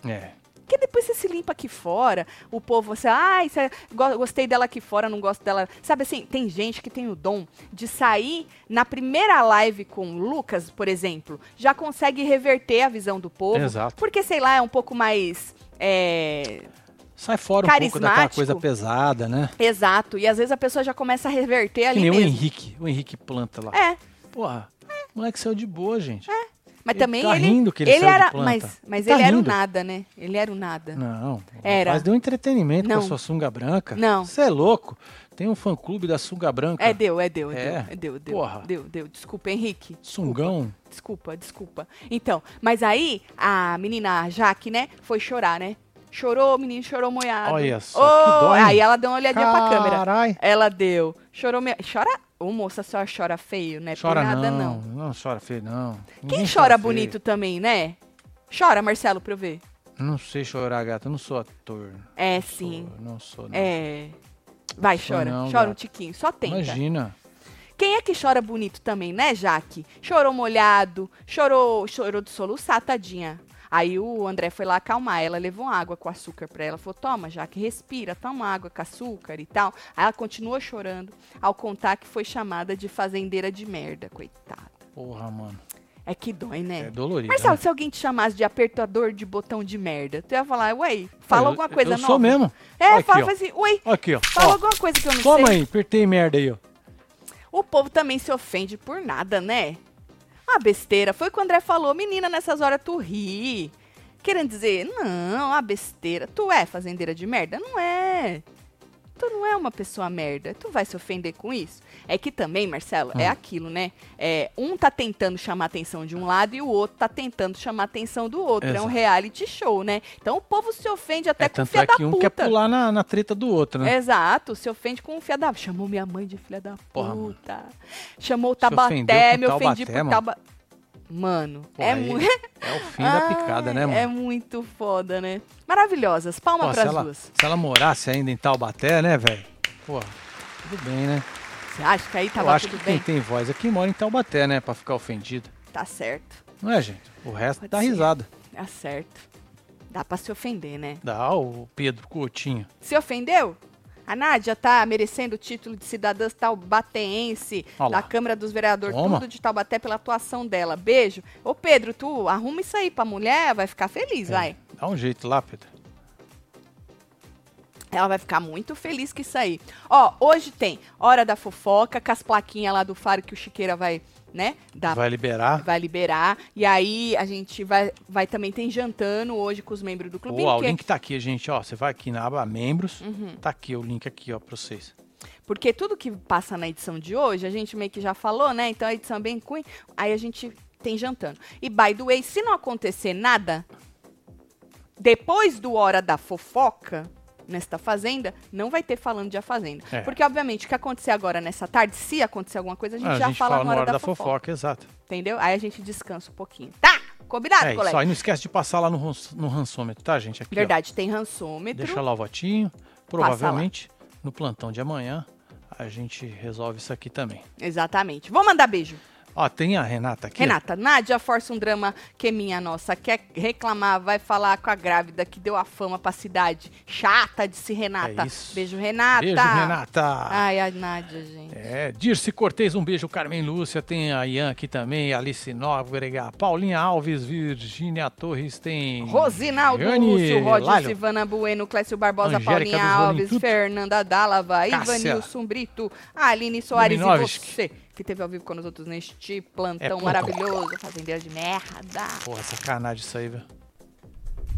Speaker 1: É.
Speaker 2: Porque depois você se limpa aqui fora, o povo, você, ai, você, go- gostei dela aqui fora, não gosto dela. Sabe assim, tem gente que tem o dom de sair na primeira live com o Lucas, por exemplo, já consegue reverter a visão do povo.
Speaker 1: Exato.
Speaker 2: Porque, sei lá, é um pouco mais. é,
Speaker 1: Sai fora um pouco daquela
Speaker 2: Carismático.
Speaker 1: coisa pesada, né?
Speaker 2: exato. E às vezes a pessoa já começa a
Speaker 1: Que
Speaker 2: reverter É ali
Speaker 1: nem o
Speaker 2: mesmo.
Speaker 1: Henrique. O Henrique planta lá.
Speaker 2: É,
Speaker 1: Porra, o moleque saiu de boa, gente.
Speaker 2: mas
Speaker 1: Ele
Speaker 2: também
Speaker 1: tá
Speaker 2: ele.
Speaker 1: rindo que ele saiu de
Speaker 2: era.
Speaker 1: planta.
Speaker 2: Mas, mas
Speaker 1: Tá
Speaker 2: ele era o
Speaker 1: rindo.
Speaker 2: nada, né? Ele era o nada.
Speaker 1: Não.
Speaker 2: Era.
Speaker 1: Mas deu um entretenimento
Speaker 2: Não.
Speaker 1: com a sua sunga branca.
Speaker 2: Não.
Speaker 1: Você é louco. Tem um fã-clube da sunga branca.
Speaker 2: É, deu, é, deu, é,
Speaker 1: É.
Speaker 2: deu, é, deu, deu,
Speaker 1: Porra.
Speaker 2: deu, deu. Desculpa, Henrique.
Speaker 1: Sungão.
Speaker 2: Desculpa, desculpa. Então, mas aí a menina a Jaque, né, foi chorar, né? Chorou, o menino chorou moiado.
Speaker 1: Olha só, que dó, hein?
Speaker 2: Aí ela deu uma olhadinha pra câmera.
Speaker 1: Carai.
Speaker 2: Ela deu. Chorou moiado. Chora. Ô, moça, a senhora chora feio, né?
Speaker 1: Chora
Speaker 2: Por nada,
Speaker 1: não.
Speaker 2: não.
Speaker 1: Não chora feio, não.
Speaker 2: Quem
Speaker 1: Ninguém
Speaker 2: chora
Speaker 1: feio.
Speaker 2: bonito também, né? Chora, Marcelo, pra eu ver.
Speaker 1: Não sei chorar, gata. Eu não sou ator.
Speaker 2: É,
Speaker 1: Sou-
Speaker 2: sim.
Speaker 1: não sou, não.
Speaker 2: É. Vai,
Speaker 1: Sou
Speaker 2: chora.
Speaker 1: não,
Speaker 2: chora um
Speaker 1: gata.
Speaker 2: tiquinho. Só tenta.
Speaker 1: Imagina.
Speaker 2: Quem é que chora bonito também, né, Jaque? Chorou molhado, chorou, chorou de soluçar, tadinha. Aí o André foi lá acalmar ela, levou água com açúcar pra ela, falou: "Toma, Jaque, respira, toma água com açúcar e tal". Aí ela continuou chorando, ao contar que foi chamada de fazendeira de merda, coitada.
Speaker 1: Porra, mano.
Speaker 2: É que dói,
Speaker 1: É
Speaker 2: né?
Speaker 1: dolorido.
Speaker 2: Marcelo,
Speaker 1: né?
Speaker 2: se alguém te chamasse de apertador de botão de merda, tu ia falar: "Ué,
Speaker 1: Eu-
Speaker 2: fala alguma coisa
Speaker 1: eu
Speaker 2: nova".
Speaker 1: sou mesmo.
Speaker 2: É,
Speaker 1: Aqui,
Speaker 2: fala,
Speaker 1: ó.
Speaker 2: fala assim: "Ué,
Speaker 1: Aqui, ó.
Speaker 2: fala
Speaker 1: Ó,
Speaker 2: alguma coisa que eu não sei".
Speaker 1: Toma aí, apertei merda aí, ó.
Speaker 2: O povo também se ofende por nada, né? Uma besteira. Foi o que o André falou. Menina, nessas horas tu ri. Querendo dizer, não, a besteira. Tu é fazendeira de merda? Não é. Tu não é uma pessoa merda. Tu vai se ofender com isso? É que também, Marcelo,
Speaker 1: Hum.
Speaker 2: é aquilo, né? É, um tá tentando chamar a atenção de um lado e o outro tá tentando chamar a atenção do outro. É um
Speaker 1: Exato.
Speaker 2: reality show, né? Então o povo se ofende até
Speaker 1: é,
Speaker 2: com o
Speaker 1: tanto
Speaker 2: fia
Speaker 1: é
Speaker 2: da
Speaker 1: que um
Speaker 2: puta. É,
Speaker 1: quer pular na, na treta do outro, né?
Speaker 2: Exato, se ofende com o filha da. Chamou minha mãe de filha da
Speaker 1: Porra, mano.
Speaker 2: puta. Chamou o
Speaker 1: ofendeu
Speaker 2: Tabaté,
Speaker 1: com
Speaker 2: me
Speaker 1: Taubaté,
Speaker 2: ofendi por
Speaker 1: mano.
Speaker 2: Taubaté. Mano,
Speaker 1: Porra,
Speaker 2: é
Speaker 1: aí
Speaker 2: muito.
Speaker 1: É o fim da picada, né, mano?
Speaker 2: É muito foda, né? Maravilhosas. Palma
Speaker 1: Pô, se,
Speaker 2: pras
Speaker 1: ela,
Speaker 2: duas.
Speaker 1: se ela morasse ainda em Taubaté, né, velho? Pô, tudo bem, né?
Speaker 2: Você acha que aí
Speaker 1: Eu
Speaker 2: tava
Speaker 1: acho
Speaker 2: tudo
Speaker 1: que
Speaker 2: bem?
Speaker 1: quem tem voz aqui mora em Taubaté, né? Pra ficar ofendido.
Speaker 2: Tá certo.
Speaker 1: Não é, gente? O resto
Speaker 2: Pode
Speaker 1: dá
Speaker 2: ser.
Speaker 1: risada.
Speaker 2: Tá certo. Dá pra se ofender, né?
Speaker 1: Dá o Pedro Coutinho.
Speaker 2: Se ofendeu? A Nádia tá merecendo o título de cidadã taubateense
Speaker 1: Ó lá.
Speaker 2: da Câmara dos Vereadores,
Speaker 1: Toma.
Speaker 2: tudo de Taubaté pela atuação dela. Beijo. Ô, Pedro, tu arruma isso aí pra mulher, vai ficar feliz, vai.
Speaker 1: Dá um jeito lá, Pedro.
Speaker 2: Ela vai ficar muito feliz com isso aí. Ó, hoje tem Hora da Fofoca, com as plaquinhas lá do Faro que o Chiqueira vai né? Da
Speaker 1: Vai liberar.
Speaker 2: vai liberar. E aí a gente vai, vai também tem jantando hoje com os membros do é clube. Uhum.
Speaker 1: Ou, ó, o
Speaker 2: porque-
Speaker 1: link tá aqui, gente. Ó, você vai aqui na aba membros. Tá aqui o link aqui, ó, pra vocês.
Speaker 2: Porque tudo que passa na edição de hoje, a gente meio que já falou, né? Então a edição é bem ruim, aí a gente tem jantando. E by the way, se não acontecer nada, depois do Hora da Fofoca, nesta Fazenda, não vai ter falando de A Fazenda.
Speaker 1: É.
Speaker 2: Porque, obviamente, o que acontecer agora nessa tarde, se acontecer alguma coisa, a gente
Speaker 1: Ah,
Speaker 2: já fala,
Speaker 1: na
Speaker 2: no Hora, da,
Speaker 1: fofoca,
Speaker 2: fofoca,
Speaker 1: exato.
Speaker 2: entendeu? Aí a gente descansa um pouquinho. Tá? Combinado,
Speaker 1: é isso.
Speaker 2: colega?
Speaker 1: Aí não esquece de passar lá no, ranç- no rançômetro, tá, gente? Aqui, ó.
Speaker 2: Verdade, tem rançômetro.
Speaker 1: Deixa lá o votinho.
Speaker 2: lá.
Speaker 1: Provavelmente, no plantão de amanhã, a gente resolve isso aqui também.
Speaker 2: Exatamente. Vou mandar beijo.
Speaker 1: Ó, tem a Renata aqui.
Speaker 2: Renata, Nádia força um drama que é minha nossa. Quer reclamar, vai falar com a grávida que deu a fama pra cidade. Chata, disse Renata.
Speaker 1: É isso.
Speaker 2: Beijo, Renata.
Speaker 1: Beijo, Renata.
Speaker 2: Ai, a Nádia, gente.
Speaker 1: É, Dirce Cortez, um beijo. Carmen Lúcia, tem a Ian aqui também, Alice Nóbrega, Paulinha Alves, Virgínia Torres, tem...
Speaker 2: Rosinaldo
Speaker 1: Yane
Speaker 2: Lúcio, Roger
Speaker 1: Lalho.
Speaker 2: Silvana Bueno, Clécio Barbosa,
Speaker 1: Angélica
Speaker 2: Paulinha
Speaker 1: dos Rolim
Speaker 2: Alves,
Speaker 1: Tudo.
Speaker 2: Fernanda Dálava,
Speaker 1: Cássia.
Speaker 2: Ivanilson Brito, Aline Soares e
Speaker 1: Dominovski.
Speaker 2: você, que teve ao vivo com nós outros neste
Speaker 1: É,
Speaker 2: plantão
Speaker 1: plantão.
Speaker 2: maravilhoso. Fazendeira de merda.
Speaker 1: Porra, sacanagem isso aí, velho.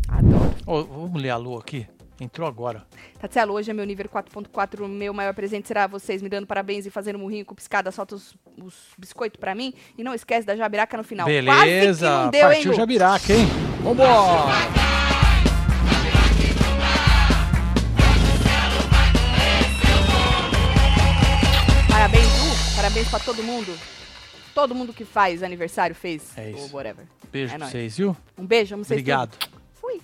Speaker 2: Adoro.
Speaker 1: Ô, vamos ler a Lu aqui? Entrou agora.
Speaker 2: Tatielo, hoje é meu nível 4.4. o Meu maior presente será vocês me dando parabéns e fazendo murrinho com piscada. Solta os, os biscoitos pra mim. E não esquece da jabiraca no final. Quase que
Speaker 1: Beleza,
Speaker 2: não deu, hein,
Speaker 1: partiu
Speaker 2: Lu?
Speaker 1: Jabiraca, hein? Vambora!
Speaker 2: Parabéns, Lu. Parabéns pra todo mundo. Todo mundo que faz aniversário fez.
Speaker 1: É isso.
Speaker 2: Ou whatever.
Speaker 1: Beijo
Speaker 2: É
Speaker 1: pra
Speaker 2: nóis.
Speaker 1: vocês, viu?
Speaker 2: Um beijo, amo vocês.
Speaker 1: Obrigado.
Speaker 2: tudo. Fui.